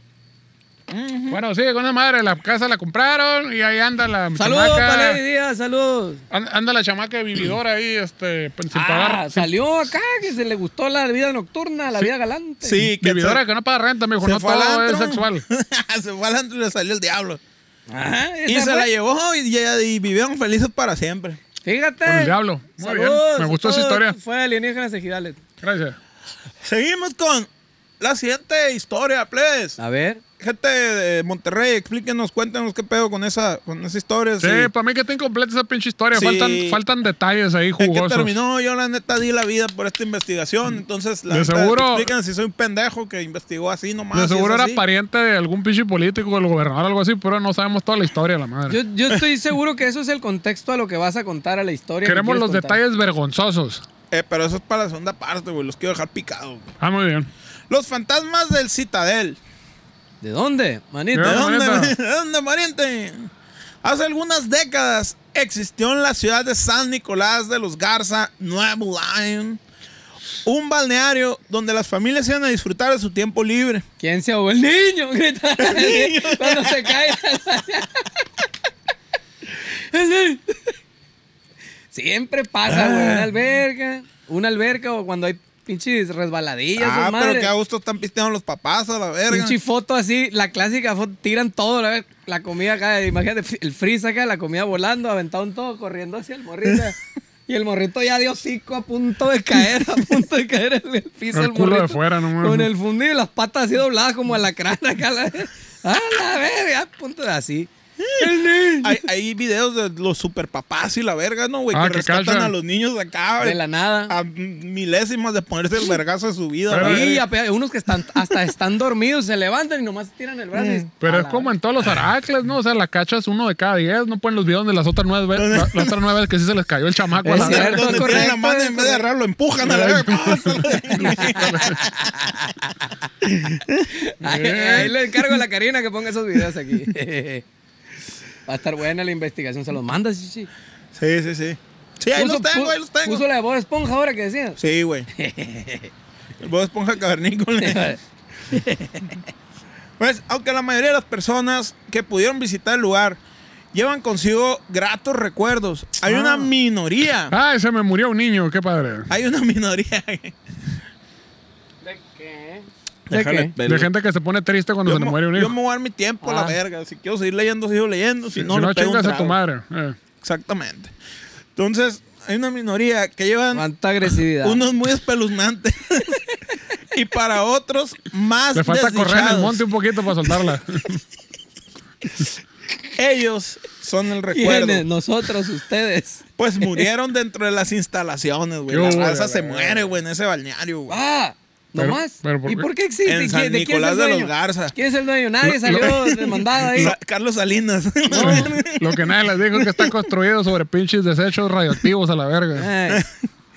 Bueno, sí, con esa madre, la casa la compraron y ahí anda la
Saludos
chamaca.
para Lady Díaz, saludos.
an- Anda la chamaca vividora ahí, este, sin
Ah,
pagar.
salió acá que se le gustó la vida nocturna, la vida galante.
Sí, que
Vividora
se-
que no paga renta, mijo.
se
No
fue al
todo es
antro. Eh,
sexual.
se fue al antro y le salió el diablo.
Ajá,
Y
esa
se
fue.
la llevó y, ya- y vivieron felices para siempre.
Fíjate.
Con el diablo. Muy bien. Me gustó esa
todo
historia.
Fue alienígenas ejidales.
Gracias.
Seguimos con la siguiente historia, please.
A ver.
Gente de Monterrey, explíquenos, cuéntenos qué pedo con esa, con esa historia.
Sí,
si-
para mí que está incompleta esa pinche historia.
Sí.
Faltan, faltan detalles ahí
Es que
jugosos.
terminó, yo la neta di la vida por esta investigación, entonces la
De
neta,
seguro-
expliquen si soy un pendejo que investigó así nomás.
De
si es
seguro era
así.
pariente de algún pinche político, del gobernador, algo así, pero no sabemos toda la historia, la madre.
Yo, yo estoy seguro que eso es el contexto a lo que vas a contar a la historia. que
Queremos
quieres
los
contar.
detalles vergonzosos.
Eh, pero eso es para la segunda parte, güey, los quiero dejar picados. güey.
Ah, muy bien.
Los fantasmas del Citadel.
¿De dónde, manito?
¿De
¿De
dónde,
dónde?
¿De dónde, pariente? Hace algunas décadas existió en la ciudad de San Nicolás de los Garza, Nuevo León, un balneario donde las familias iban a disfrutar de su tiempo libre.
¿Quién se ahogó? El niño, grita. Cuando se cae. Siempre pasa, güey. Una alberca. Una alberca o cuando hay pinches resbaladillas.
ah,
o madre.
pero qué a gusto están pisteando los papás a la verga.
Pinche foto así, la clásica foto, tiran todo, la, la comida acá, imagínate, el freeze acá, la comida volando, aventado en todo, corriendo hacia el morrito. y el morrito ya dio cinco a punto de caer, a punto de caer en el piso.
El culo
morrito,
de fuera, no mames.
Con el fundido y las patas así dobladas como a la crana acá. La, a la verga, a punto de así. El niño.
Hay, hay videos de los superpapás y la verga, ¿no, güey?
Ah,
que
que
rescatan
cachan.
a los niños de acá.
De la nada.
A milésimas de ponerse el vergazo de su vida.
Pero-
güey.
Y ape- unos que están, hasta están dormidos, se levantan y nomás tiran el brazo. y-
Pero
a
es
la
como en todos los aracles, ¿no? O sea, la cacha es uno de cada diez. No ponen los videos de las otras nueve veces, la- las otras nueve veces que sí se les cayó el chamaco a
Es
la verga.
cierto,
Donde
es
tiran la
correcto,
mano
es
en vez de
correcto.
agarrarlo, empujan a la verga.
Ahí, ahí le encargo a la Karina que ponga esos videos aquí. Va a estar buena la investigación. Se los manda, sí, sí.
sí, sí, sí. Sí, ahí los tengo, ahí los
Puso
tengo.
la de Bob Esponja ahora que decías.
Sí, güey. El Bob Esponja cavernícola. Pues, aunque la mayoría de las personas que pudieron visitar el lugar llevan consigo gratos recuerdos, hay una
Ah.
minoría.
Ay, Ah, se me murió un niño, qué padre.
Hay una minoría.
¿De qué?
Déjale, velo.
De gente que se pone triste cuando
Yo
se
me,
le muere un
yo
hijo.
me voy a dar mi tiempo a la
Ah.
verga. Si quiero seguir leyendo, sigo leyendo. Si,
Si
no,
no,
le pego un
chingas a tu
trago.
madre. eh.
Exactamente. Entonces, hay una minoría que llevan
Cuánta agresividad.
unos muy espeluznantes y para otros más
Le falta correr en el
desdichados.
monte un poquito para soltarla.
Ellos son el
¿Quiénes?
recuerdo.
Nosotros, ustedes.
Pues murieron dentro de las instalaciones, güey.
Yo,
La
güey, la
raza se
verdad.
muere, güey, en ese balneario, güey.
¡Ah! ¿No
Pero-
más?
pero ¿por
¿Y
qué?
por qué existe?
En
¿Qui-
San
quién es el
Nicolás de los
dueño?
Garza.
¿Quién es el dueño? Nadie salió demandado ahí.
Sa- Carlos Salinas.
Lo que nadie les dijo es que está construido sobre pinches desechos radioactivos a la verga.
Eh,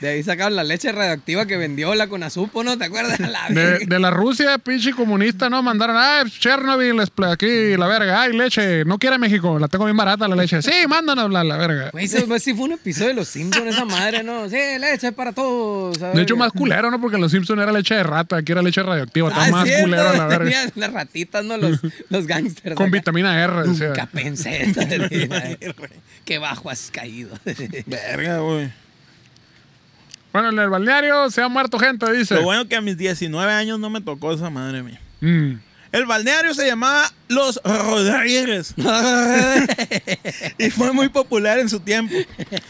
De ahí sacaron la leche radioactiva que vendió la Conazupo, ¿no? ¿Te acuerdas? La
De,
verga.
de la Rusia, pinche comunista, ¿no? Mandaron, ah, Chernobyl, es pla- aquí, la verga, ay, leche, no quiere México, la tengo bien barata la leche. Sí, mándanos la, la verga.
Güey, eso sí fue un episodio de Los Simpsons, esa madre, ¿no? Sí, leche es para todos. a Ah,
De hecho,
verga.
más culero, ¿no? Porque en los Simpsons era leche de rata, aquí era leche radioactiva, está
Ah, es
más
cierto,
culero la verga.
tenían las ratitas, ¿no? Los, los gangsters.
Con
acá.
vitamina R, decía.
Nunca pensé. Qué bajo has caído.
Verga, güey.
Bueno, en el balneario se ha muerto gente, dice.
Lo bueno que a mis 19 años no me tocó esa madre mía.
Mm.
El balneario se llamaba Los Rodríguez y fue muy popular en su tiempo.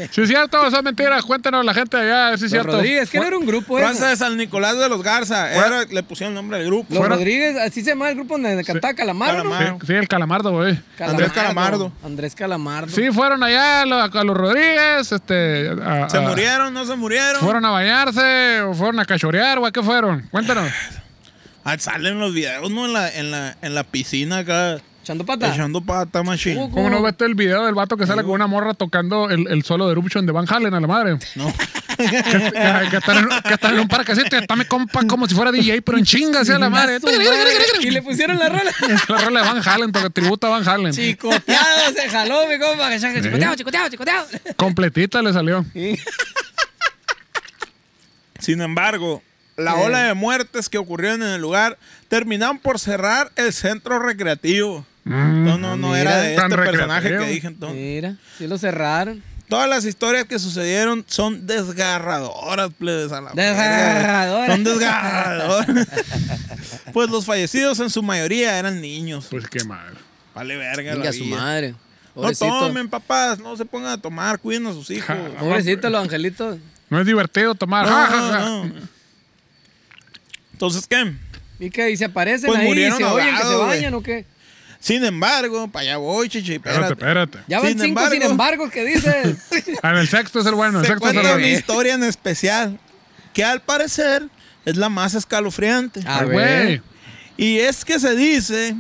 Sí, es cierto, eso es mentira. Cuéntanos la gente de allá, sí, es
Los
cierto.
Rodríguez, que no era un grupo ¿eh?
Pues,
eso?
Raza de San Nicolás de los Garza. Era- le pusieron el nombre al grupo.
Los
fuera-
Rodríguez, así se llamaba el grupo donde cantaba Calamardo.
Calamar-
Sí, sí, el calamardo, güey.
Andrés Calamardo.
Andrés Calamardo.
Sí, fueron allá a lo- a los Rodríguez, este. a-
¿Se
a-
murieron? ¿No se murieron?
¿Fueron a bañarse o fueron a cachorear o a qué fueron? Cuéntanos.
Ah, salen los videos, ¿no? En la, en la, en la piscina acá.
Echando pata.
Echando pata, machín.
Uh,
¿Cómo no vete el video del vato que sale con una morra tocando el, el solo de Eruption de Van Halen a la madre?
No.
Que, que- que están, en, que están en un parquecito y está mi compa como si fuera DJ, pero en chinga así a la madre.
Su madre. Y le pusieron la rola.
La rola de Van Halen, toca tributo a Van Halen.
Chicoteado, se jaló, mi compa. que ya- Chicoteado, chicoteado, chicoteado.
Completita le salió.
Sin embargo, la
Eh.
ola de muertes que ocurrieron en el lugar terminaron por cerrar el centro recreativo. No, no, no
Mm, mira.
era de
Tan
este personaje
recreativo.
que dije entonces.
Mira, sí lo cerraron.
Todas las historias que sucedieron son desgarradoras, plebes. a la
Desgarradoras.
verga. Son desgarradoras. pues los fallecidos en su mayoría eran niños.
Pues qué madre.
Vale verga
Venga,
la
su
vida.
madre.
No
Pobrecito.
tomen, papás. No se pongan a tomar. Cuiden a sus hijos.
Pobrecito, los angelitos.
No es divertido tomar. Ja, ja, ja.
No, no. Entonces, ¿qué?
¿Y qué? ¿Y se aparecen
Pues
ahí? ¿Y
murieron
se oyen que se
ahogados, güey.
bañan o qué?
Sin embargo, para allá voy, chichi.
Espérate,
Espérate.
espérate.
Ya van
Sin
cinco, sin embargo,
embargo.
¿qué dices?
Ah, En el sexto es el bueno, en el
Se
sexto es el
cuenta una
bueno.
historia en especial que al parecer es la más escalofriante.
Ah.
Ay, güey.
Y es que se dice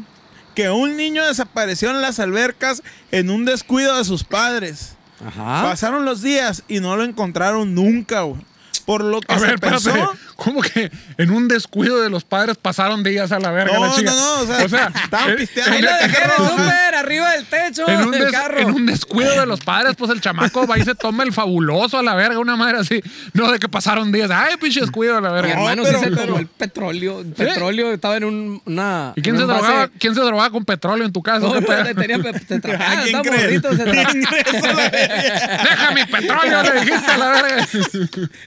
que un niño desapareció en las albercas en un descuido de sus padres.
Ajá.
Pasaron los días y no lo encontraron nunca, güey. Por lo que
A
se
ver, espérate.
pensó,
¿Cómo que en un descuido de los padres pasaron días a la verga
No,
la chica?
no, no, o sea, estaban
en-
pisteando.
en-
Ahí lo dejaron
Ajá.
súper arriba del techo
En un,
del
des-
carro.
en un descuido de los padres, pues el chamaco va y se toma el fabuloso a la verga, una madre así. No, de que pasaron días. Ay, pinche descuido a la
Mi
verga.
No,
hermano sí
pero-
se
pero- ¿Eh?
tomó el petróleo. El petróleo estaba en un, una.
¿Y quién
en
se,
un envase-
drogaba, quién se drogaba con petróleo en tu casa?
No,
¿Qué pedo?
no, le tenía pe- te trajeron,
¿a quién
estaba Ah,
crees?
morrito, se tra-
¿Quién crees a la verga?
Deja mi petróleo, le dijiste a la verga.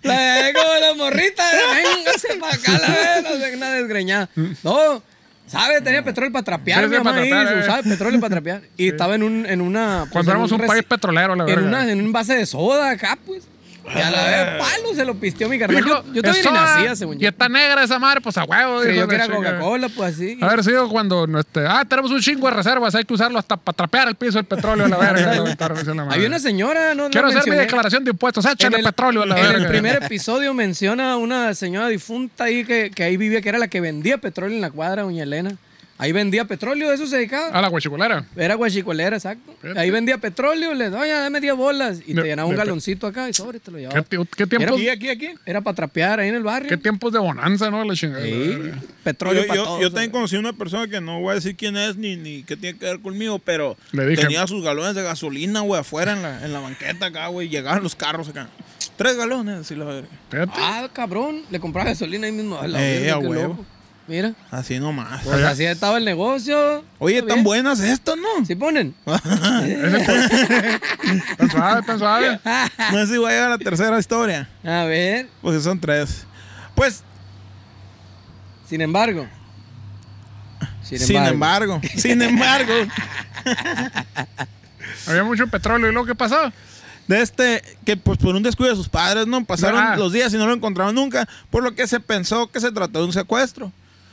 La dejé como la morrita. Véngase para acá, la vez, no sé, una desgreñada. No, ¿sabe? Tenía petróleo para trapear.
Sí, sí,
mi mamá
para
ahí,
trapear, eh.
usaba petróleo para trapear. Y estaba en, un, en una. pues,
Cuando
en
éramos un
reci-
país petrolero, la
En,
verga. Eh.
una, en un envase de soda acá, pues. Y a la vez, palo, se lo pisteó mi carnal.
Dijo,
Yo, yo todavía
"Está-
ni nacía, según
Y
yo.
está negra esa madre, pues a huevo. dijo
Creyó
la
que era
chica.
Coca-Cola, pues así.
A ver, sigo cuando. no, Este, ah, tenemos un chingo de reservas, hay que usarlo hasta para trapear el piso del petróleo a la verga. Lo aventaron así a la madre.
Había una señora, no no
Quiero hacer mi
mencioné.
declaración de impuestos, échale petróleo a la
en el
verga.
primer episodio menciona a una señora difunta ahí que, que ahí vivía, que era la que vendía petróleo en la cuadra, doña Elena. Ahí vendía petróleo, eso se dedicaba.
A la guachicolera.
Era guachicolera, exacto.
Fíjate.
Ahí vendía petróleo, le doña, dame 10 bolas. Y
De-
te llenaba un
de pe-
galoncito acá y sobre, te lo
¿Qué,
llevaba.
ti- qué tiempos,
Era- Era para trapear ahí en el barrio.
qué tiempos de bonanza, ¿no? La chingada.
Sí,
Yo,
petróleo
yo,
para
yo
todos. eh.
también conocí una persona que no voy a decir quién es ni, ni qué tiene que ver conmigo, pero
Le dije.
tenía sus galones de gasolina, güey, afuera en la, en la banqueta acá, güey. Llegaban los carros acá. Tres galones, así la verga.
Fíjate.
Ah, cabrón, le compraba gasolina ahí mismo. A la
Eh,
verga,
a
qué
huevo.
loco. Mira,
Así nomás.
pues
Allá.
así estaba el negocio.
Oye,
Está
tan
bien.
buenas estas, ¿no?
¿Sí ponen?
Tan suave, tan suave.
No sé si voy a llegar a la tercera historia.
A ver,
Porque son tres. Pues,
sin embargo. Sin
sin embargo, sin embargo,
Había mucho petróleo. ¿Y luego qué pasó?
de este, que pues por un descuido de sus padres, ¿no? Pasaron
Ah.
los días y no lo encontraron nunca, por lo que se pensó que se trató de un secuestro.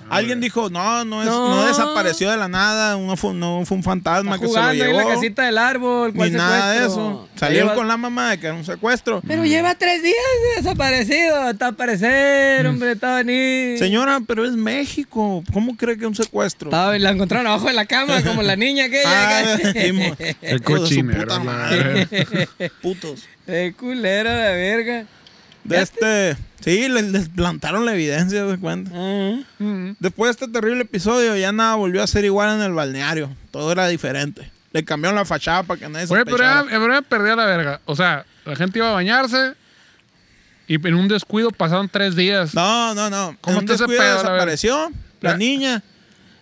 Ah,
Alguien dijo, no, no, es, no.
No.
desapareció de la nada, no fue, no fue un fantasma que se lo
jugando ahí en
llevó.
la casita del árbol.
ni
¿cuál
nada de
secuestro?
eso.
Ya
Salieron
lleva-
con la mamá de que era un secuestro.
Pero lleva tres días desaparecido. Está a
Mm.
aparecer, hombre, está a venir.
Señora, pero es México. ¿Cómo cree que es un secuestro?
Estaba, la encontraron abajo de la cama, como la niña aquella.
Ah,
que-
Simón. Hijo de su
cochinero,
puta
la
madre. Putos.
Eh, culera la verga.
De este. Sí, les, les plantaron la evidencia, de cuenta. Después de este terrible episodio, ya nada volvió a ser igual en el balneario. Todo era diferente. Le cambiaron la fachada para que nadie se
Oye, pero era, pero era perdida la verga. O sea, la gente iba a bañarse y en un descuido pasaron tres días.
No, no, no.
¿Cómo
En un
está ese
descuido
pedo, la
desapareció. La
Ya.
niña.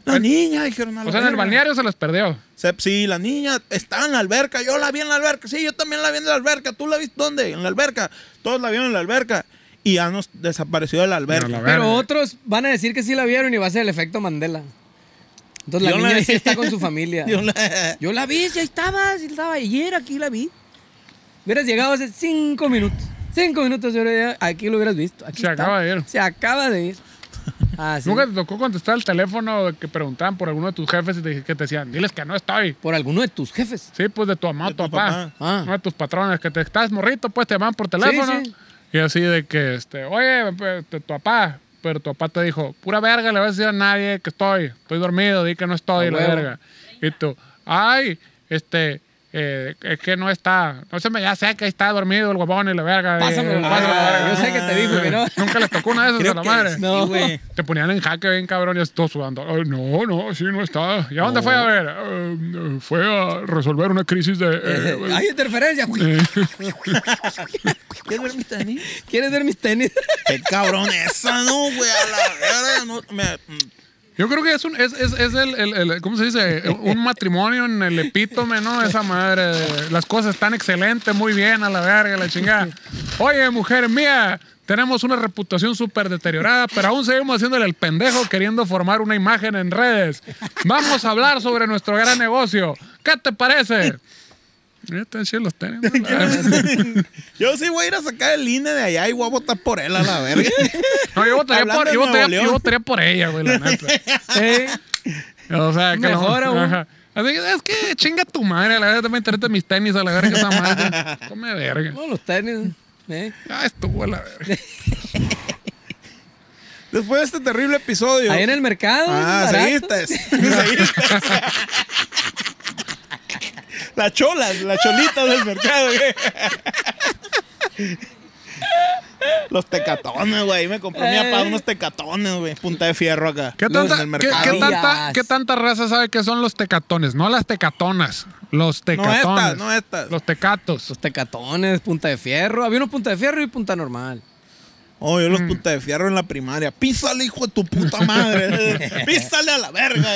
La niña, dijeron. a la
o sea, en el
verga.
balneario se las perdió.
Se- Sí, la niña está en la alberca. Yo la vi en la alberca. Sí, yo también la vi en la alberca. ¿Tú la viste dónde? En la alberca. Todos la vieron en la alberca. Y ya nos desapareció de la alberca.
No, la verga.
Pero otros van a decir que sí la vieron y va a ser el efecto Mandela. Entonces la
Yo la
niña
vi.
sí está con su familia.
Yo la-
Yo la vi, si ahí estaba, si estaba ayer, aquí la vi. Hubieras llegado hace cinco minutos. Cinco minutos, yo hubiera- aquí lo hubieras visto. Aquí
Se
está.
acaba de ir.
Se acaba de ir. Así.
¿Nunca te tocó contestar el teléfono de que preguntaban por alguno de tus jefes y te, que te decían, diles que no estoy?
Por alguno de tus jefes.
Sí, pues de tu mamá o
De
tu
tu
papá.
papá.
Ah.
Uno de tus patrones, que te estás morrito, pues te llaman por teléfono.
sí.
Y así de que, este, oye, pe- te- tu papá. Pero tu papá te dijo, pura verga, le vas a decir a nadie que estoy. Estoy dormido, di que no estoy,
A
la
huevo.
verga. Y tú, ay, este, eh, es que no está. No se me, ya sé que ahí está dormido el huevón y la verga. y-
Pásamelo. la
pásamelo, la
verga.
verga.
Yo sé que te dijo que no.
Nunca les tocó una de esas
Creo
a la
que
madre.
sí,
No.
güey.
Te ponían en jaque bien cabrón y todo sudando. Ay, no, no, sí, no está. ¿Y a dónde fue a ver? "Eh, eh, fue a resolver una crisis de... eh,
Hay interferencia.
¿Qué dormiste, Dani?
¿Quieres ver mis tenis?
Qué cabrón esa, no, güey. A la verga. no, me- mm.
Yo creo que es un es, es, es el, el- el- ¿cómo se dice? Un matrimonio en el epítome, ¿no? Esa madre. de, Las cosas están excelentes, muy bien, a la verga, la chingada. Oye, mujer mía, tenemos una reputación súper deteriorada, pero aún seguimos haciéndole el pendejo queriendo formar una imagen en redes. Vamos a hablar sobre nuestro gran negocio. ¿Qué te parece? Mira, están chidos los tenis, ¿no?
Yo sí voy a ir a sacar el INE de allá y voy a votar por él a la verga.
No, yo votaría, por, yo
Hablando de Nuevo
votaría- yo
León.
votaría por ella, güey, la neta.
Sí.
O sea, que
Mejor
no.
aún.
ajá. Así que es que chinga tu madre, a la verga, te me interesa mis tenis, a la verga esa madre. Come verga.
No, los tenis. ¿eh?
Ah, estuvo a la verga.
Después de este terrible episodio.
Ahí en el mercado.
Ah,
barato.
seguiste. Seguiste. Las cholas, las cholitas del mercado, güey. Los tecatones, güey. Ahí Me compró mi
Eh.
papá unos tecatones, güey. Punta de fierro acá.
¿Qué tanta,
En el
qué,
mercado.
qué tanta,
Días.
qué tanta raza sabe que son los tecatones? No las tecatonas. Los tecatones.
estas, no estas.
Los tecatos.
Los tecatones, punta de fierro. Había unos punta de fierro y punta normal.
Oh, yo los
Mm.
punta de fierro en la primaria. Písale, hijo de tu puta madre. Písale a la verga.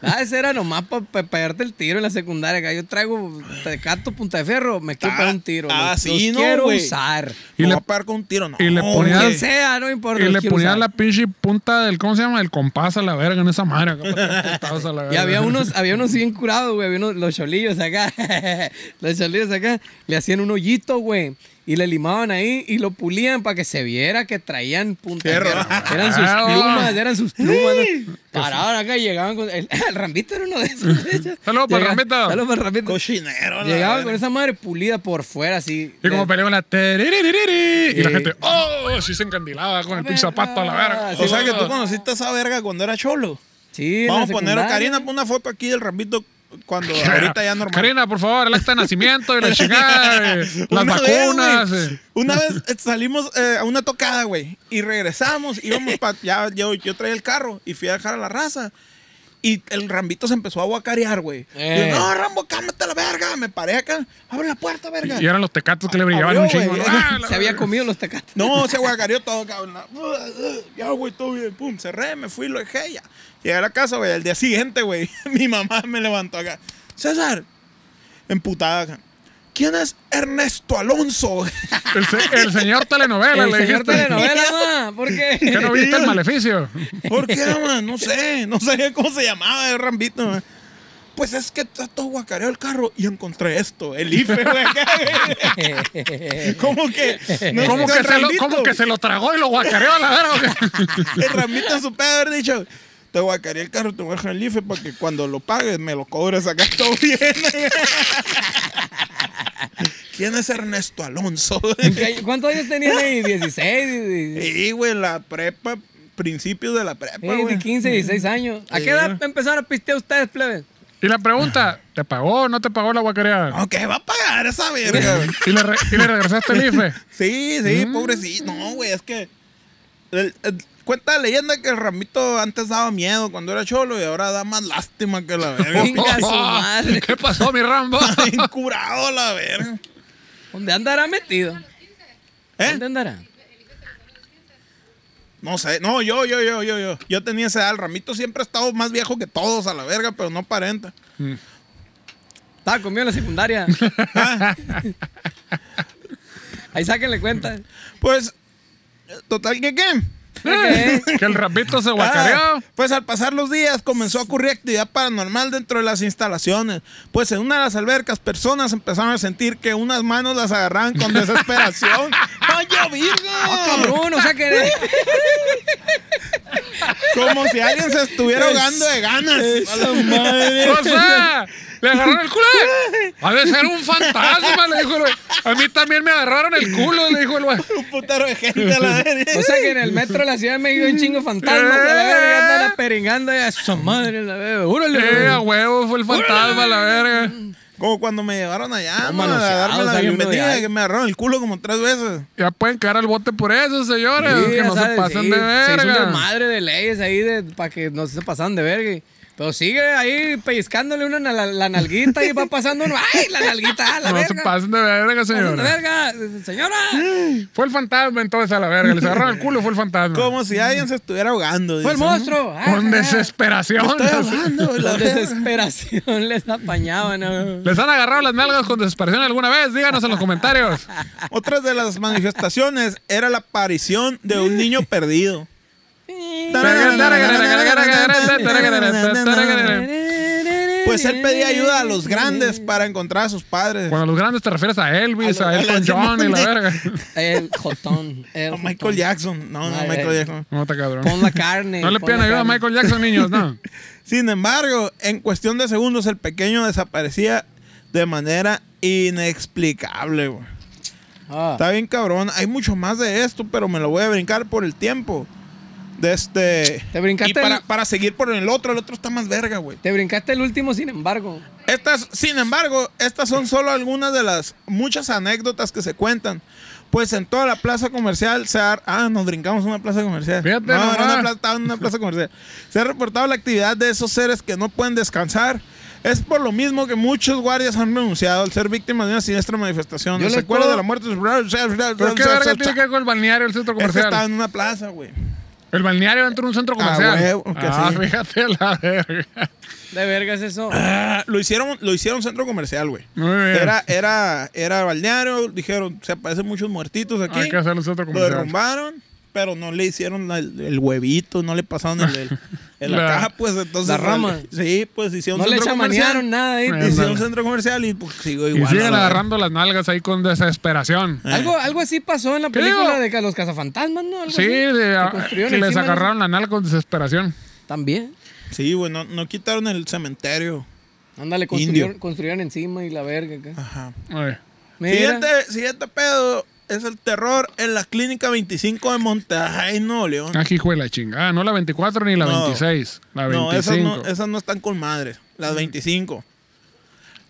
Ah, ese era nomás para pegarte el tiro en la secundaria. acá. Yo traigo tecato, punta de fierro, me quiero
Ah,
pegar un tiro.
ah,
los,
sí,
los
no,
quiero
güey.
usar.
Y
Y
le-
le pegar con un tiro, no. Oh,
y le ponías-
güey.
Quien sea, no importa.
Y
los
le
quiero
ponían
usar.
la pinche punta del, ¿cómo se llama? El compás a la verga en esa madre. acá, para que estabas a la
Y
verga.
había unos, había unos bien curados, güey. Había unos, los cholillos acá. los cholillos acá. Le hacían un hoyito, güey. Y le limaban ahí y lo pulían para que se viera que traían punta. de
Fierro.
fierro. Eran sus
Ah,
plumas, eran sus plumas. ¿no? Paraban acá y llegaban con. El, el Rambito era uno de esos. de hecho.
Saludos para
Llega-
Rambito.
Saludos para Rambito.
Cochinero, a la
Llegaban
verga.
con esa madre pulida por fuera, así.
Y como
de-
peleó la teririririri, Y la
Sí.
gente, oh, sí se encandilaba con el pinche zapato a la verga.
Sí,
Ah, O sea que tú conociste a esa verga cuando era cholo.
Sí, en
Vamos a
la
poner a
secundaria.
Karina pon una foto aquí del Rambito cuando ahorita ya normal.
Karina, por favor, el acta de nacimiento y la chingada, eh, las
Una vez,
vacunas.
güey,
eh.
una vez eh, salimos eh, a una tocada, güey, y regresamos, íbamos para ya yo, yo traía el carro y fui a dejar a la raza. Y el Rambito se empezó a guacarear, güey.
Eh.
Y yo, no, Rambo, cámate a la verga. Me paré acá. Abre la puerta, verga.
Y eran los tecatos que le brillaban
Abrió,
un chingo.
güey.
¿no? Ah, la
Se había
verga.
comido los tecatos.
No, se guacareó todo, cabrón. "Uh, Ya, güey, todo bien. Pum, cerré, me fui, lo dejé ya. Llegué a la casa, güey. Al día siguiente, güey, mi mamá me levantó acá. César, emputada acá. ¿Quién es Ernesto Alonso?
el, se- el señor telenovela,
El
le
señor
dijiste.
telenovela, ma. ¿Por
¿Que
qué?
no viste el maleficio?
¿Por qué, man? No sé, no sé cómo se llamaba el rambito, man. Pues es que está todo guacareo el carro y encontré esto, el IFE, güey. acá, güey. ¿Cómo que? no
¿Cómo
está
que,
el
se lo,
Rambito?
cómo que se lo tragó y lo guacareó a la verga?
El Rambito en su pedo haber dicho, te guacaré el carro, te voy a dejar el IFE para que cuando lo pagues me lo cobres acá todo bien. ¿Quién es Ernesto Alonso?
¿En qué- ¿Cuántos años tenían ahí? 16,
Sí, güey, la prepa, principios de la prepa,
eh, de
güey.
15, 16 años. ¿A
Sí.
qué edad empezaron a pistear ustedes, plebes?
Y Y la pregunta, ¿te pagó o no te pagó la guacareada?
No, ¿qué va a pagar esa verga? Ah, güey?
¿Y le, re- y le regresaste el IFE?
sí, sí, pobrecito. No, güey, es que. el- el- cuenta la leyenda que el ramito antes daba miedo cuando era cholo y ahora da más lástima que la verga.
Venga, su madre.
¿Qué pasó, mi Rambo?
Está bien curado la verga.
¿Dónde andará metido?
¿Eh?
¿Dónde andará?
No sé, no, yo, yo, yo, yo, yo. Yo tenía esa edad. El ramito siempre ha estado más viejo que todos a la verga, pero no aparenta.
Estaba conmigo en la secundaria.
¿Ah?
Ahí sáquenle cuenta.
Pues, total que qué.
Ok.
Que el rapito se
Ah,
guacareó.
pues al pasar los días comenzó a ocurrir actividad paranormal dentro de las instalaciones. Pues en una de las albercas personas empezaron a sentir que unas manos las agarraban con desesperación. ¡Vaya virgo!
Cabrón, o sea que.
Como si alguien se estuviera ahogando de ganas. A la madre.
O sea, le agarraron el culo. Ha de ser un fantasma, le dijo. el güey. A mí también me agarraron el culo, le dijo el güey.
Un putero de gente a la verga.
O sea que en el metro de la Ciudad de México hay un chingo de fantasmas. La verga, andan peringando y a su madre, la verga.
Eh, a
Úrale.
huevo, fue el fantasma, la verga.
Como cuando me llevaron allá,
Como
mano, a
manoseados,
darme la
hay uno de
bienvenida,
ahí.
que me agarraron el culo como tres veces.
Ya pueden caer al bote por eso, señores.
Sí,
que
ya
no se
sabes,
pasen
sí,
de
Se hizo un
verga.
madre de leyes ahí para que no se pasaran de verga. Pero sigue ahí pellizcándole uno na- la, la nalguita y va pasando uno. ¡Ay, la nalguita! ah, La
No
verga!
se pasen de verga,
Pasan de
señores.
verga! ¡Señora!
Fue el fantasma entonces a la verga. Les agarraron el culo, fue el fantasma.
Como si alguien se estuviera ahogando.
Ah. ¡Fue el
dice, ¿no?
monstruo! Ah,
Con
ah.
desesperación.
Estoy ahogando, la
Con
verga.
desesperación les apañaban. ¿no?
¿Les han agarrado las nalgas con desesperación alguna vez? Díganos en los comentarios.
Otra de las manifestaciones era la aparición de un niño perdido. Pues él pedía ayuda a los grandes para encontrar a sus padres.
Cuando a los grandes te refieres a Elvis,
A
a,
los-
Elton John y la verga.
El jotón. El
A
jotón.
Michael Jackson. No, no,
Ay,
Michael
ay.
Jackson.
No está cabrón.
Pon la carne.
No le
pon
pidan
la
ayuda a
carne.
Michael Jackson, niños, no.
Sin embargo, en cuestión de segundos, el pequeño desaparecía de manera inexplicable. güey.
Ah.
Está bien cabrón. Hay mucho más de esto, pero me lo voy a brincar por el tiempo. De este.
Te brincaste
Y para,
el-
para seguir por el otro, el otro está más verga, güey.
Te brincaste el último, sin embargo.
Estas, sin embargo, estas son solo algunas de las muchas anécdotas que se cuentan. Pues en toda la plaza comercial se ha... Ah, nos brincamos una plaza comercial.
Fíjate
no, era
nomás.
una plaza, estaba en una plaza comercial. Se ha reportado la actividad de esos seres que no pueden descansar. Es por lo mismo que muchos guardias han renunciado al ser víctimas de una siniestra manifestación.
Yo
Los
les
secuelos
puedo-
de la muerte...
¿Pero qué verga tiene que ver con el balneario, el centro
Este
comercial?
estaba en una plaza, güey.
El balneario dentro de un centro comercial.
huevo, que
ah,
sí.
fíjate la verga.
De verga es eso.
Ah, lo hicieron, lo hicieron centro comercial, güey.
Muy bien.
Era, era, era balneario, dijeron, se aparecen muchos muertitos aquí.
Hay que hacer un centro
Lo
comercial.
derrumbaron, pero no le hicieron la- el, el huevito, no le pasaron el, el- el la,
La-
caja, pues entonces.
la rama.
Sí, pues hicieron
No le
centro
chamanearon
comercial.
nada ahí.
Eh.
Hicieron
Ándale.
centro comercial y pues sigo
Y
igual. Ah,
siguen
la
agarrando las nalgas ahí con desesperación.
Algo, algo así pasó en la
¿Qué digo?
película de ca- los cazafantasmas, ¿no? Algo
pues
Sí,
así.
de-
Que
a-
construyeron
que les
encima de-
agarraron la nalga con desesperación.
También.
verga. Sí, güey, no, no quitaron el cementerio.
Ándale, construyeron, construyeron encima y la verga acá.
Ajá.
Oye.
Mira.
Siguiente, siguiente pedo es el terror en la clínica 25 de Monterrey, Nuevo León.
Ah, hijo de la chingada. No la 24 ni la
No.
26. La
No,
25.
esas no, esas no están con madres. Las 25.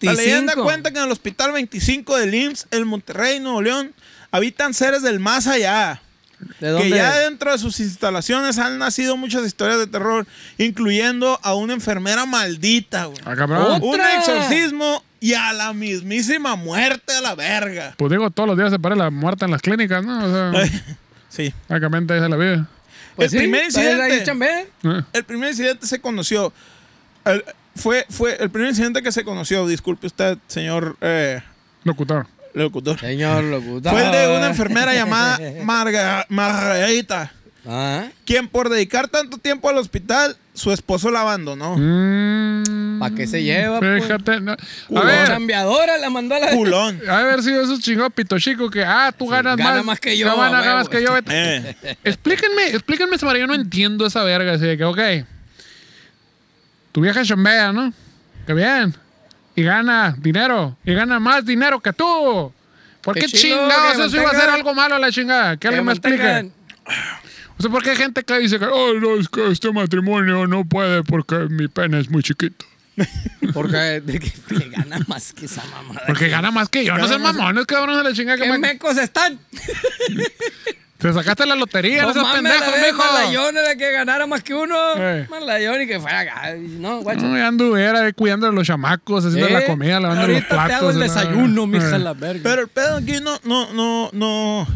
La
25.
leyenda cuenta que en el hospital 25 del IMSS, en Monterrey, Nuevo León, habitan seres del más allá.
¿De
Que
dónde?
ya dentro de sus instalaciones han nacido muchas historias de terror, incluyendo a una enfermera maldita, güey.
Ah, cabrón.
Oh.
Un
¡Otra!
exorcismo y a la mismísima muerte a la verga.
Pues digo, todos los días se para la muerta en las clínicas, ¿no? O sea,
Sí.
prácticamente esa es la vida.
Pues sí,
el primer
pues ahí
incidente.
chambea.
Eh.
El primer incidente se conoció. el- fue, fue el primer incidente que se conoció, disculpe usted, señor eh,
Locutor.
locutor.
Señor locutor.
Fue el de una enfermera llamada Marga- Margarita,
Ah,
quien por dedicar tanto tiempo al hospital, su esposo la abandonó.
Mm,
¿Para qué se lleva? pues?
Fíjate. no. A
Culón.
ver.
Chambeadora la mandó a la.
Culón.
Ha de haber sido esos chingados pitochicos que, ah, tú ganas
gana
más.
más que yo,
tú ganas
a
más
huevo.
que yo. vete.
Eh,
Explíquenme, explíquenme, Samara, yo no entiendo esa verga. Así de que, ok, tu vieja chambea, ¿no? Que bien. Y gana dinero. Y gana más dinero que tú. ¿Por qué,
Qué chilo,
chingados
que
eso iba a ser
mantengan.
algo malo a la chingada? Que
Que
alguien me explique.
mantengan.
O sea, ¿por qué hay gente que dice que, oh, no, es que este matrimonio no puede porque mi pene es muy chiquito?
Porque de que, que gana más que esa mamada.
Porque gana más que yo. No
Gana
sean
más-
mamones, cabrones de la chingada que
¿Qué
me...
mecos están?
Te sacaste la lotería, no,
No
seas
mames,
pendejo,
la vez
mijo.
Malayón era que ganara más que uno.
Eh.
Malayón y que fuera acá. No, guacho.
No, ya anduviera ahí cuidando a los chamacos, haciendo
Eh,
la comida, lavando los
ahorita
platos.
te hago el
¿no?
desayuno, mija,
Eh.
la verga.
Pero el pedo aquí no, no, no, no,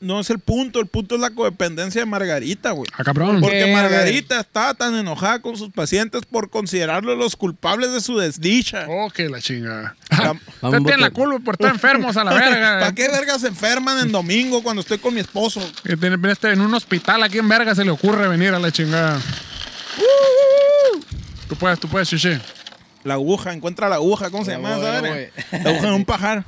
no es el punto. El punto es la codependencia de Margarita, güey.
Ah, cabrón.
¿Por qué?
Porque
Eh, a ver.
Margarita estaba tan enojada con sus pacientes por considerarlos los culpables de su desdicha.
Oh, que la chingada.
Vamos,
Ustedes tienen la culpa por estar enfermos a la verga.
¿Para qué verga se enferman en domingo cuando estoy con mi esposo?
Que tiene- mira, este, en un hospital aquí en verga se le ocurre venir a la chingada. Tú puedes, tú puedes, chichi.
La aguja, encuentra la aguja, ¿cómo se
Ya
llama?
voy,
esa
ya
verga? La aguja en un pajar.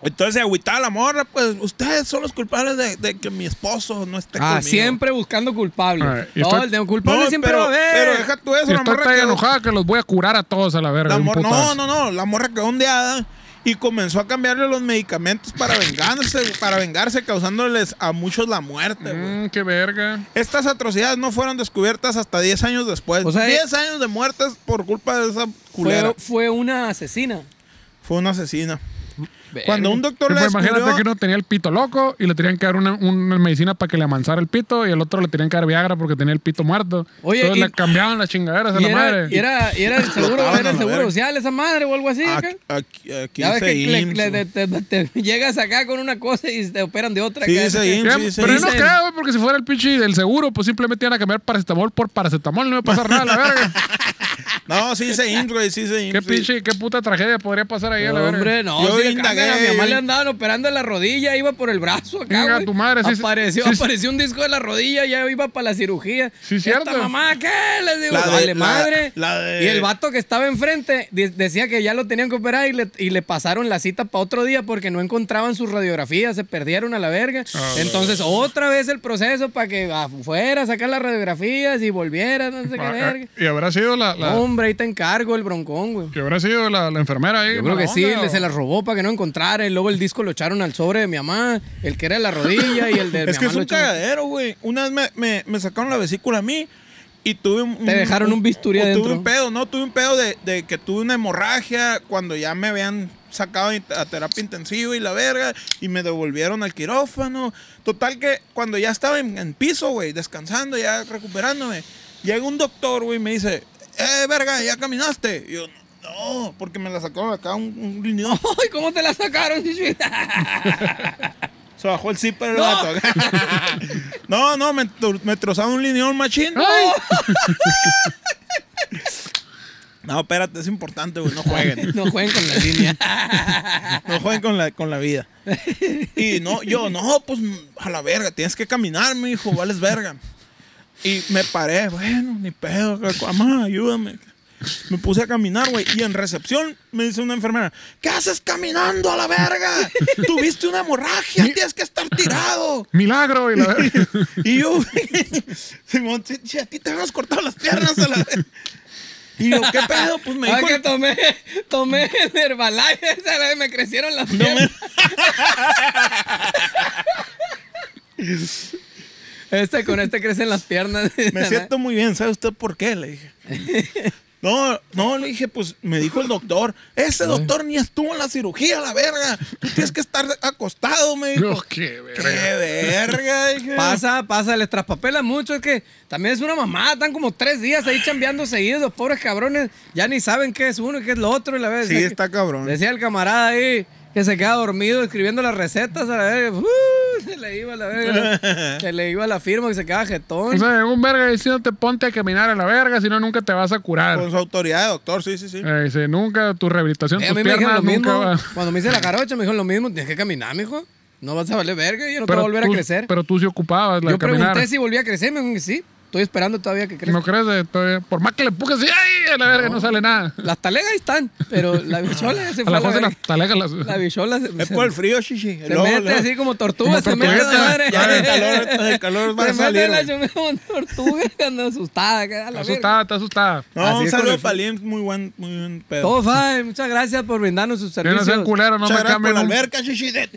Entonces se agüitaba la morra, pues ustedes son los culpables de, de que mi esposo no esté
Ah,
conmigo.
siempre buscando culpables.
A ver, y
no,
estoy-
el de
No,
culpable siempre va
pero,
a haber.
pero deja tú eso,
Y
la
estoy
morra
tan
quedó-
enojada que los voy a curar a todos a la verga.
la
de un
mor-
putazo.
No, no, no, la morra quedó ondeada y comenzó a cambiarle los medicamentos para vengarse, para vengarse, causándoles a muchos la muerte, güey.
Mm, qué verga.
Estas atrocidades no fueron descubiertas hasta 10 años después.
O sea,
10 años de muertes por culpa de esa culera.
fue, fue una asesina.
Fue una asesina. Cuando un doctor
Sí,
le
pues, imagínate
descubrió-
que uno tenía el pito loco y le tenían que dar una, una medicina para que le amansara el pito y el otro le tenían que dar Viagra porque tenía el pito muerto.
Oye,
Entonces
y-
le cambiaban las chingaderas a
Y
la
era,
madre.
y era, y era el seguro,
Explotaban
era
a
el
la
seguro
verga.
social esa madre o algo así. acá.
Aquí- aquí- aquí
Ya ves
dice
que le-
IMSS,
le-
güey.
te, te- te- llegas acá con una cosa y te operan de otra.
Sí,
acá.
dice IMSS.
Ya,
sí, sí,
pero yo
sí.
no creo, güey, porque si fuera el pinche del seguro, pues simplemente iban a cambiar paracetamol por paracetamol, no iba a pasar nada a la verga.
No, sí dice IMSS, güey, sí dice
qué
IMSS, sí.
pinche, qué puta tragedia podría pasar ahí a la verga.
Hombre, no,
Yo
si le
indagué,
cambian, a mi mamá
güey.
le andaban operando la rodilla, iba por el brazo acá,
Venga,
güey.
tu madre, sí, sí,
apareció,
sí, sí.
apareció un disco de la rodilla, ya iba para la cirugía.
Sí,
¿Esta
cierto.
mamá qué? Les digo,
La de-
vale
la-
madre.
la de-
Y el vato que estaba enfrente de- decía que ya lo tenían que operar y le, y le pasaron la cita para otro día porque no encontraban sus radiografías, se perdieron a la verga.
Ah,
Entonces, otra vez el proceso para que afuera sacar las radiografías y volviera, no sé qué
Ah,
verga.
Y habrá sido la, la-
Hombre, ahí te encargo el broncón, güey.
y habrá sido la, la enfermera ahí.
Yo creo
mala
que sí,
onda,
le-
o-
se la robó para que no encontrara. Y luego el disco lo echaron al sobre de mi mamá, el que era de la rodilla y el de mi
Es que
mamá
es
lo
un
echaron-
cagadero, güey. Una vez me, me- me sacaron la vesícula a mí y tuve un...
Te dejaron un bisturí
o Tuve
adentro.
un pedo, no, tuve un pedo de, de que tuve una hemorragia cuando ya me habían sacado in- a terapia intensiva y la verga y me devolvieron al quirófano. Total que cuando ya estaba en, en piso, güey, descansando, ya recuperándome, llega un doctor, güey, y me dice, eh, verga, ¿ya caminaste? Y yo, no, porque me la sacaron acá un, un riñón.
Ay, ¿cómo te la sacaron?
Se bajó el zipper el
No.
vato. no, no, me, tro- me trozaron un lineón machín.
¡Ah!
¡Ay!
No, espérate, es importante, güey. No jueguen.
no jueguen con la línea.
No jueguen con la, con la vida. Y no, yo, no, pues a la verga, tienes que caminar, mi hijo, vales verga. Y me paré, bueno, ni pedo, mamá, ayúdame. Me puse a caminar, güey. Y en recepción me dice una enfermera, ¿qué haces caminando a la verga? Tuviste una hemorragia, tienes que estar tirado.
Milagro. Y la verga.
Y yo, Simón, si, si a ti te habías cortado las piernas a la vez. Y yo, ¿qué pedo? Pues me
Ay,
dijo.
que
el-
tomé, tomé el Herbalife, esa vez me crecieron las piernas. Este con este crecen las piernas.
Me siento muy bien, ¿sabe usted por qué? Le dije. No, no, le dije, pues me dijo el doctor, ese doctor ni estuvo en la cirugía, la verga. Tú tienes que estar acostado, me dijo.
No, qué
¡Qué
verga.
verga! Dije.
Pasa, pasa, les traspapela mucho. Es que también es una mamada. Están como tres días ahí chambeando seguidos. Los pobres cabrones ya ni saben qué es uno y qué es lo otro. Y la vez,
Sí,
decía
está
que-
cabrón.
Decía el camarada ahí que se queda dormido escribiendo las recetas. A la verga. Uh, se le iba a la verga. se le iba la firma que se quedaba
O
jetón. Eh,
sea, llegó un verga diciéndote ponte a caminar a la verga, si no, nunca te vas a curar.
Con su autoridad de doctor, sí, sí, sí.
Eh, dice, nunca tu rehabilitación,
Eh, a
tus
mí me dijeron lo
piernas nunca
mismo.
va.
Cuando me hice la jarocha, me dijeron lo mismo. Tienes que caminar, mijo. No vas a valer verga. Yo no te voy a volver a
tú,
crecer.
Pero tú sí ocupabas la de
Yo pregunté
caminar.
si volvía a crecer. Me dijeron que sí. Estoy esperando todavía que crezca.
No crees eh, todavía. Por más que le empujes, sí, ¡ay! A la verga, no, sale nada.
Las talegas ahí están, pero la bichola ya se
A
fue.
la
a la
voz de
verga.
las talegas las.
La bichola se,
Es
se-
por el frío, chichi.
se
Luego,
mete
luego.
así como tortuga,
Como
se mete
tortugueta.
la madre.
Ya el calor, el
Se
calor va a
mete
salir.
la
güey.
chumela como tortuga cuando asustada. acá, a
Está
la
asustada, está asustada.
No,
Así
un
es con
saludo
el-
para Lim, muy buen, muy buen
verga.
pedo.
Todo fine, muchas gracias por brindarnos sus
Que no
servicios.
sean culeros, no
Muchas
me
gracias por
cambien.
la
un-
alberca, chichi. De-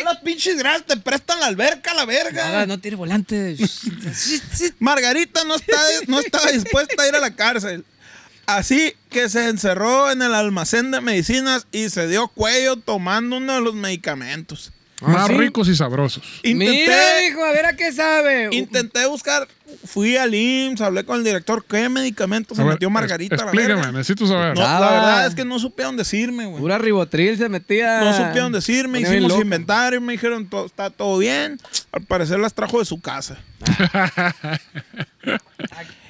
A las pinches gradas te prestan la alberca, la verga.
Nada, no tiene volante.
Margarita no, está, no estaba dispuesta a ir a la cárcel. Así que se encerró en el almacén de medicinas y se dio cuello tomando uno de los medicamentos.
Más
¿Ah, ¿sí?
ricos y sabrosos.
Mira, hijo, a ver a qué sabe.
Intenté buscar, fui al IMSS, hablé con el director, ¿qué medicamento se
A ver,
metió Margarita?
es-
a la
Explícame,
verga?
necesito saber.
No, la verdad es que no supieron decirme, güey.
Pura ribotril se metía.
No supieron decirme,
Ponía bien
hicimos
loco.
inventario y me dijeron, "Todo- está todo bien. Al parecer las trajo de su casa.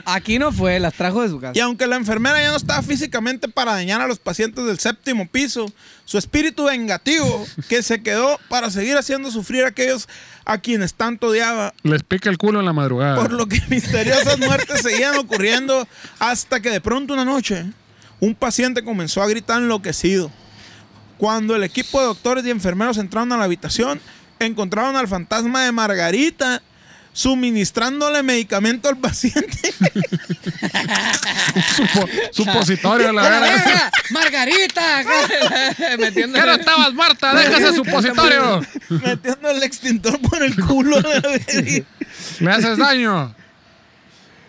Aquí no fue, las trajo de su casa.
Y aunque la enfermera ya no estaba físicamente para dañar a los pacientes del séptimo piso, su espíritu vengativo que se quedó para seguir haciendo sufrir a aquellos a quienes tanto odiaba,
Les pica el culo en la madrugada.
por lo que misteriosas muertes seguían ocurriendo hasta que de pronto una noche un paciente comenzó a gritar enloquecido. Cuando el equipo de doctores y enfermeros entraron a la habitación, encontraron al fantasma de Margarita suministrándole medicamento al paciente.
Supo- supositorio, la
¡Hola,
verdad.
verga! ¡Margarita! Metiendo.
¡Que no estabas muerta! ¡Déjase supositorio!
metiendo el extintor por el culo. a la verga.
¡Le haces daño!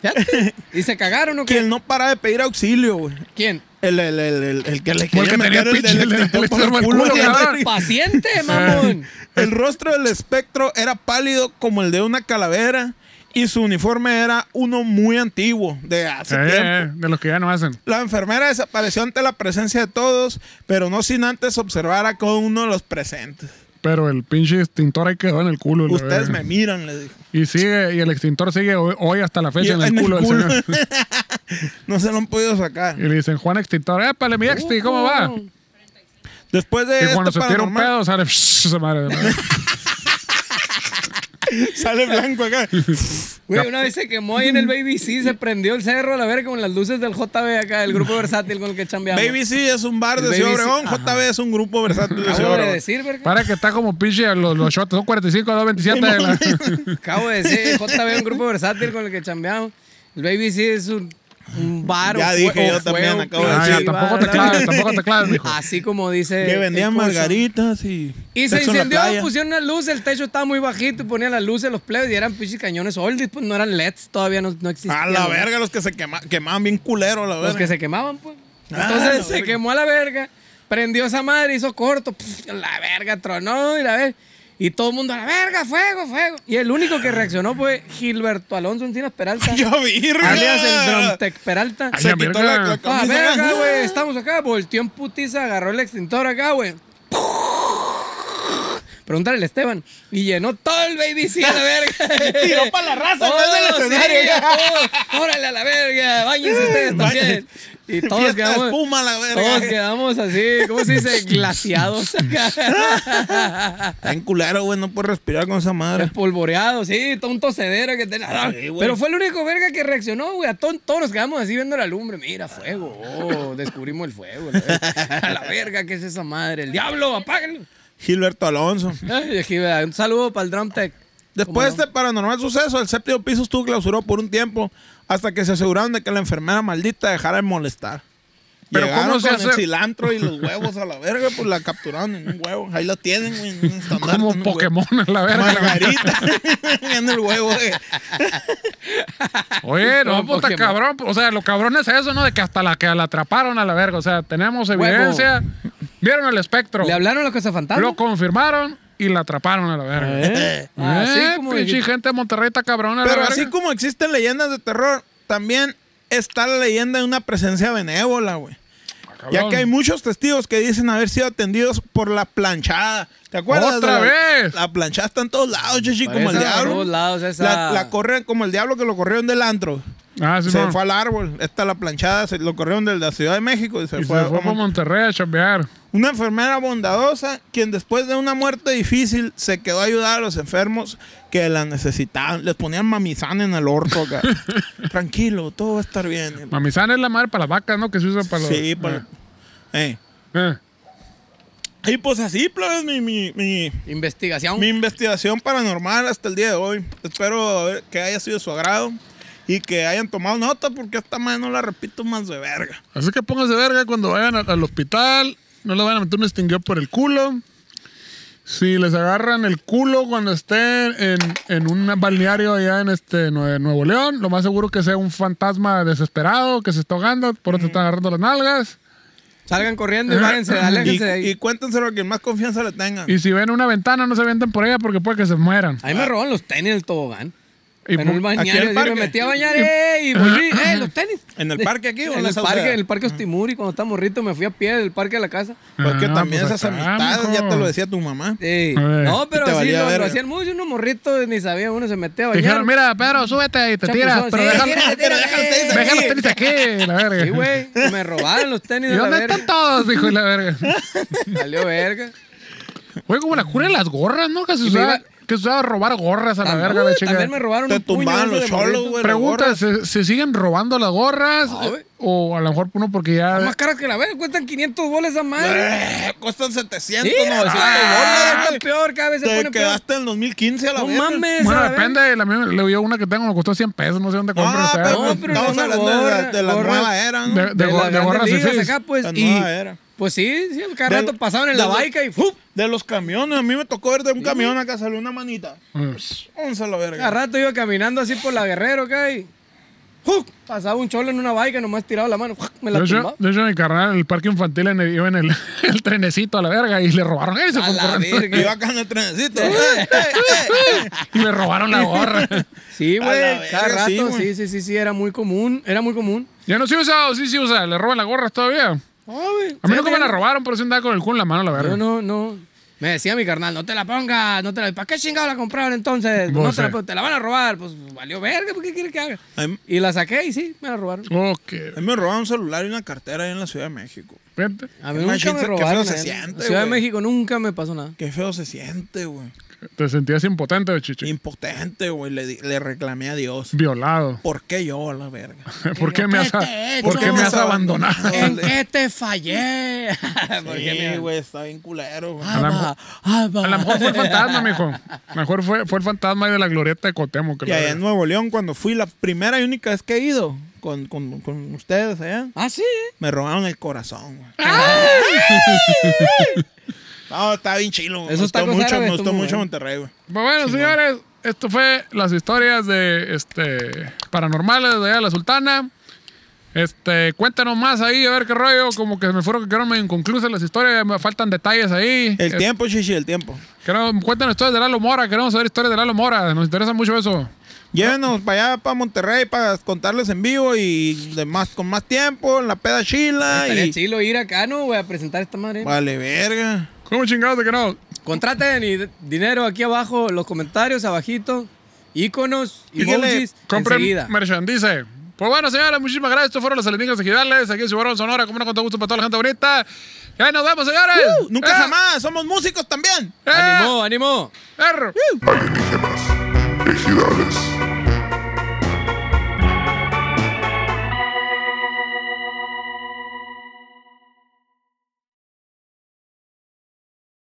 Fíjate. ¿Y se cagaron o qué?
Quien no para de pedir auxilio, güey.
¿Quién?
El, el, el, el, el que le
Como el que tenía
quería meter el,
pinche,
el
le-
extintor
le
por el
cerró el
culo.
culo,
a la
cabrón.
verga.
Paciente, mamón.
El rostro del espectro era pálido como el de una calavera y su uniforme era uno muy antiguo, de hace
Eh,
tiempo.
eh, de los que ya no hacen.
La enfermera desapareció ante la presencia de todos, pero no sin antes observar a cada uno de los presentes.
Pero el pinche extintor ahí quedó en el culo. la
Ustedes
verga.
me miran, le dijo.
Y sigue, y el extintor sigue hoy, hoy hasta la
Y-
fecha Pues en el culo del señor.
no se lo han podido sacar.
Y le dicen, Juan Extintor, épale, mi exti, ¿cómo va?
Después de
Y cuando
esto
se tira un
paranormal-
pedo, sale esa madre.
Sale blanco acá.
Güey, una vez se quemó ahí en el Baby C, se prendió el cerro a la verga con las luces del JB acá, el grupo versátil con el que chambeamos.
Baby C es un bar
El
de Ciudad
Baby C,
Obregón,
ajá.
JB es un grupo versátil de Ciudad
Acabo de
Obregón.
decir, verga.
Para que está como pinche los, los shots, son 45 a 227 de la-
Acabo de decir, JB, un grupo versátil con el que chambeamos. El Baby C es un, un bar
Ya
o fue-
dije
o
yo
fue
también,
un
acabo de
Ah,
pinche
ya,
decir.
bar,
tampoco te
¿verdad?
claves, tampoco te claves, mijo.
Así como dice.
Que
el
vendían
curso.
margaritas y.
Y se
sexo en la
incendió,
playa.
pusieron una luz, el techo estaba muy bajito, y ponían las luces los plebes y eran pinches cañones oldies, pues no eran LEDs, todavía no, no existían.
A la
¿no?
verga, los que se quema- quemaban bien culero, la
Los
verga.
que se quemaban, pues.
Ah,
Entonces
la
se
verga.
quemó a la verga, prendió esa madre, hizo corto, pf, la verga tronó y la verga. Y todo el mundo a la verga, fuego, fuego. Y el único que reaccionó fue Gilberto Alonso Encinas Peralta,
Yo vi,
alias el
verga.
Drumtec Peralta.
Ay,
Se
la
quitó
verga.
la, la
Ah,
camisa.
verga, güey, estamos acá. Volteó en putiza, agarró el extintor acá, güey. Pregúntale al Esteban. Y llenó todo el baby sí a la verga.
Tiró pa' la raza,
Todo,
en vez del
sí,
escenario.
a todo. Órale a la verga. Báñense ustedes también. Y todos
Fiesta de
quedamos.
espuma, la
Todos
verga.
quedamos así, ¿cómo se dice? Glaciados acá.
Está en culero, güey, no puedo respirar con esa madre.
Espolvoreados, sí, todo un tocedero que tenía.
Sí, güey.
Pero fue el único verga que reaccionó, güey. A to- todos nos quedamos así viendo la lumbre. Mira, fuego. Oh, descubrimos el fuego. la verga. A la verga, ¿qué es esa madre? El diablo, apáguenlo.
Gilberto Alonso.
Ay, aquí, vea, Un saludo para el Drum Tech.
Después de
¿Cómo no?
este paranormal suceso, el séptimo piso estuvo clausurado por un tiempo hasta que se aseguraron de que la enfermera maldita dejara de molestar.
Pero
Llegaron
¿cómo se
con el
hace-
cilantro y los huevos a la verga, pues la capturaron en un huevo. Ahí la tienen, güey, en un estandarte,
Como
en un
Pokémon en la
huevo.
verga.
Margarita, en el huevo, güey.
Oye, no,
Como
puta
Pokémon.
cabrón. O sea, lo cabrón es eso, ¿no? De que hasta la que la atraparon a la verga. O sea, tenemos evidencia. Vieron el espectro.
este
Le hablaron los cazafantasmas.
Lo confirmaron y la atraparon a la verga.
Eh, así
Eh,
como
pinche
dijiste.
gente de Monterrey está cabrón a la
Pero
verga.
así como existen leyendas de terror, también está la leyenda de una presencia benévola, güey. Ya
Cabrón.
que hay muchos testigos que dicen haber sido atendidos por la planchada. ¿Te acuerdas?
¡Otra
de la,
vez!
La planchada está en todos lados, chichi, como el
Parece por
diablo.
todos lados esa-
La, la corren como el diablo que lo corrieron del antro.
Ah, sí,
se
no.
fue al árbol. Esta la planchada, se lo corrieron de la Ciudad de México y se
Y
fue, a-
se fue para Monterrey a chambear.
Una enfermera bondadosa quien después de una muerte difícil se quedó a ayudar a los enfermos que la necesitaban. Les ponían mamizán en el orto acá. Tranquilo, todo va a estar bien.
Mamizán es la madre para las vacas, ¿no? Que se usa para los...
Sí, pa- Eh.
Eh.
Y pues así, plebes, mi, mi, mi,
Investigación.
mi investigación paranormal hasta el día de hoy. Espero a ver, que haya sido de su agrado y que hayan tomado nota porque esta madre no la repito más de verga.
Así que pónganse verga cuando vayan a- al hospital. No le van a meter un extinguidor por el culo. Si les agarran el culo cuando estén en, en un balneario allá en este Nue- Nuevo León, lo más seguro que sea un fantasma desesperado que se está ahogando, por otro te está
Mm.
agarrando las nalgas.
Salgan corriendo y váyanse,
Y,
aléjense de ahí.
y cuéntenselo a quien más confianza le tengan.
Y si ven una ventana, no se avienten por ella porque puede que se mueran.
A mí me roban los tenis del tobogán.
Y
en
pu-
un
aquí al
bañario, yo
parque.
me metí a bañar ¡eh! y volví, ¡eh! Los tenis.
¿En el parque aquí o en
en
la
el
Sauceda?
parque, en el parque Ostimuri, cuando estaba morrito, me fui a pie del parque de la casa.
Pues que
Ah,
también
pues
esas
acá,
amistades,
mijo.
ya te lo decía tu mamá.
Sí.
A ver.
No, pero
Te
sí,
valía
lo, lo
verga.
hacían mucho, unos morritos, ni sabía, uno se metía a
Te
bañar.
dijeron, mira, Pedro, súbete y te
Chapuzón,
tiras, pero
sí,
deja,
tírate,
pero deja
tírate.
los tenis
deja los tenis aquí, la verga.
eh". Sí, güey, me robaban los tenis
¿Y
de la
dónde
verga.
están todos? Dijo y la verga.
Salió verga.
Güey, como la cura de las gorras, ¿no? Que se
Y me
usaba,
iba-
que se usaba robar gorras a la
También,
verga, la chica.
también me robaron
Te
un puño
tumbaban
de
los
esos de
cholos,
morrito.
güey. las
Pregunta,
gorras.
¿se, se siguen robando las gorras?
No, güey.
o a lo mejor uno porque ya...
Están más caras que la verga, cuestan 500 bolas a madre.
Eh, Cuestan 700,
Sí,
900
ah,
bolas.
está peor, cada vez se
Te
pone peor.
quedaste en el 2015 a la
No
verga.
mames,
Bueno,
a la verga.
depende. La mía, le dio una que tengo, me costó 100 pesos. No sé dónde
No,
compro. o sea,
pero,
No, pero
estamos
una
hablando de la,
gorra,
de la
gorra.
nueva era, ¿no?
de, de,
de,
go-
las
de gorras
grandes ligas
fifís.
acá, pues.
La
Y,
nueva era.
Pues sí, sí, cada
Del-
rato pasaban en la
del-
bica y ¡fup!
De los camiones, a mí me tocó ver de un camión acá salió una manita.
Mm.
Vamos a
Cada
la verga.
rato iba caminando así por la Guerrero, acá y ¡fup! Pasaba un cholo en una bica, nomás tiraba la mano, ¡fup! me la
De
tumbaba.
hecho, de hecho, mi carnal en el parque infantil en el- iba en el, el trenecito a la verga y le robaron ese.
A la verga.
Iba acá en el trenecito.
Y me robaron la gorra.
Sí,
A la
güey,
verga,
cada rato,
sí,
sí,
güey.
sí, sí, sí, era muy común, era muy común.
ya no se usa, o sí se usa. Le roban las gorras todavía. A
Ah, güey.
mí
Sí,
nunca me la
güey.
robaron, pero sí andaba con el culo en la mano, la verga.
No, no, no. Me decía mi carnal, no te la pongas, no te la... ¿Para qué chingado la compraron entonces?
Vos,
No te la,
eh.
pon- te la van a robar. Pues valió verga, ¿por qué quieres que haga?
A mí
Y la saqué y sí, me la robaron.
Ok.
a mí me robaron un celular y una cartera ahí en la Ciudad de México.
Vente.
A mí
Imagínate
nunca me
qué feo
robaron.
se
eh.
siente,
Ciudad de
güey.
México nunca me pasó nada.
Qué feo se siente, güey.
Te sentías impotente, güey, chichi.
Impotente, güey. Le, di- le reclamé a Dios.
Violado.
¿Por qué yo a la verga?
¿Por qué me has,
¿Qué te he
¿por qué
hecho?
me has abandonado?
¿En qué te fallé? ¿Por qué
Sí,
me-
güey, está bien culero, güey.
A la-
Abba, Abba.
A lo mejor fue el fantasma, mijo. Mejor fue, fue el fantasma ahí de la glorieta de Cotemo. Que
Y
la
allá en
verga.
Nuevo León, cuando fui la primera y única vez que he ido con, con- con ustedes allá,
Ah, sí.
me robaron el corazón, güey. No, está bien chilo, güey.
Esos
Me gustó
tacos
mucho,
árabes
me gustó
están muy
mucho
buenos.
Monterrey, güey.
Pues bueno, señores, esto fue las historias de este paranormales de allá de la Sultana. Este, cuéntanos más ahí, a ver qué rollo. Como que me fueron que quedaron medio inconclusas las historias, me faltan detalles ahí.
El
Eh,
tiempo, chichi, el tiempo.
queremos- cuéntanos historias de Lalo Mora, queremos saber historias de Lalo Mora, nos interesa mucho eso.
Llévenos para allá, para Monterrey, para contarles en vivo y de más, con más tiempo, en la peda chila.
Estaría
Y...
chilo ir acá, ¿no? Voy a presentar esta madre.
Vale, verga.
¿Cómo chingados de que no?
Contraten y d- dinero aquí abajo, los comentarios abajito, íconos,
Dígale,
emojis,
Compren
enseguida.
merchandise. Pues bueno, señores, muchísimas gracias. Estos fueron los alienígenas ejidales. Aquí en Ciudad Sonora, como no, con todo gusto para toda la gente bonita. Ya nos vemos, señores.
Uh, nunca
Eh,
jamás, somos músicos también.
eh,
¡Animó, animó!
perro.
alienígenas, ejidales.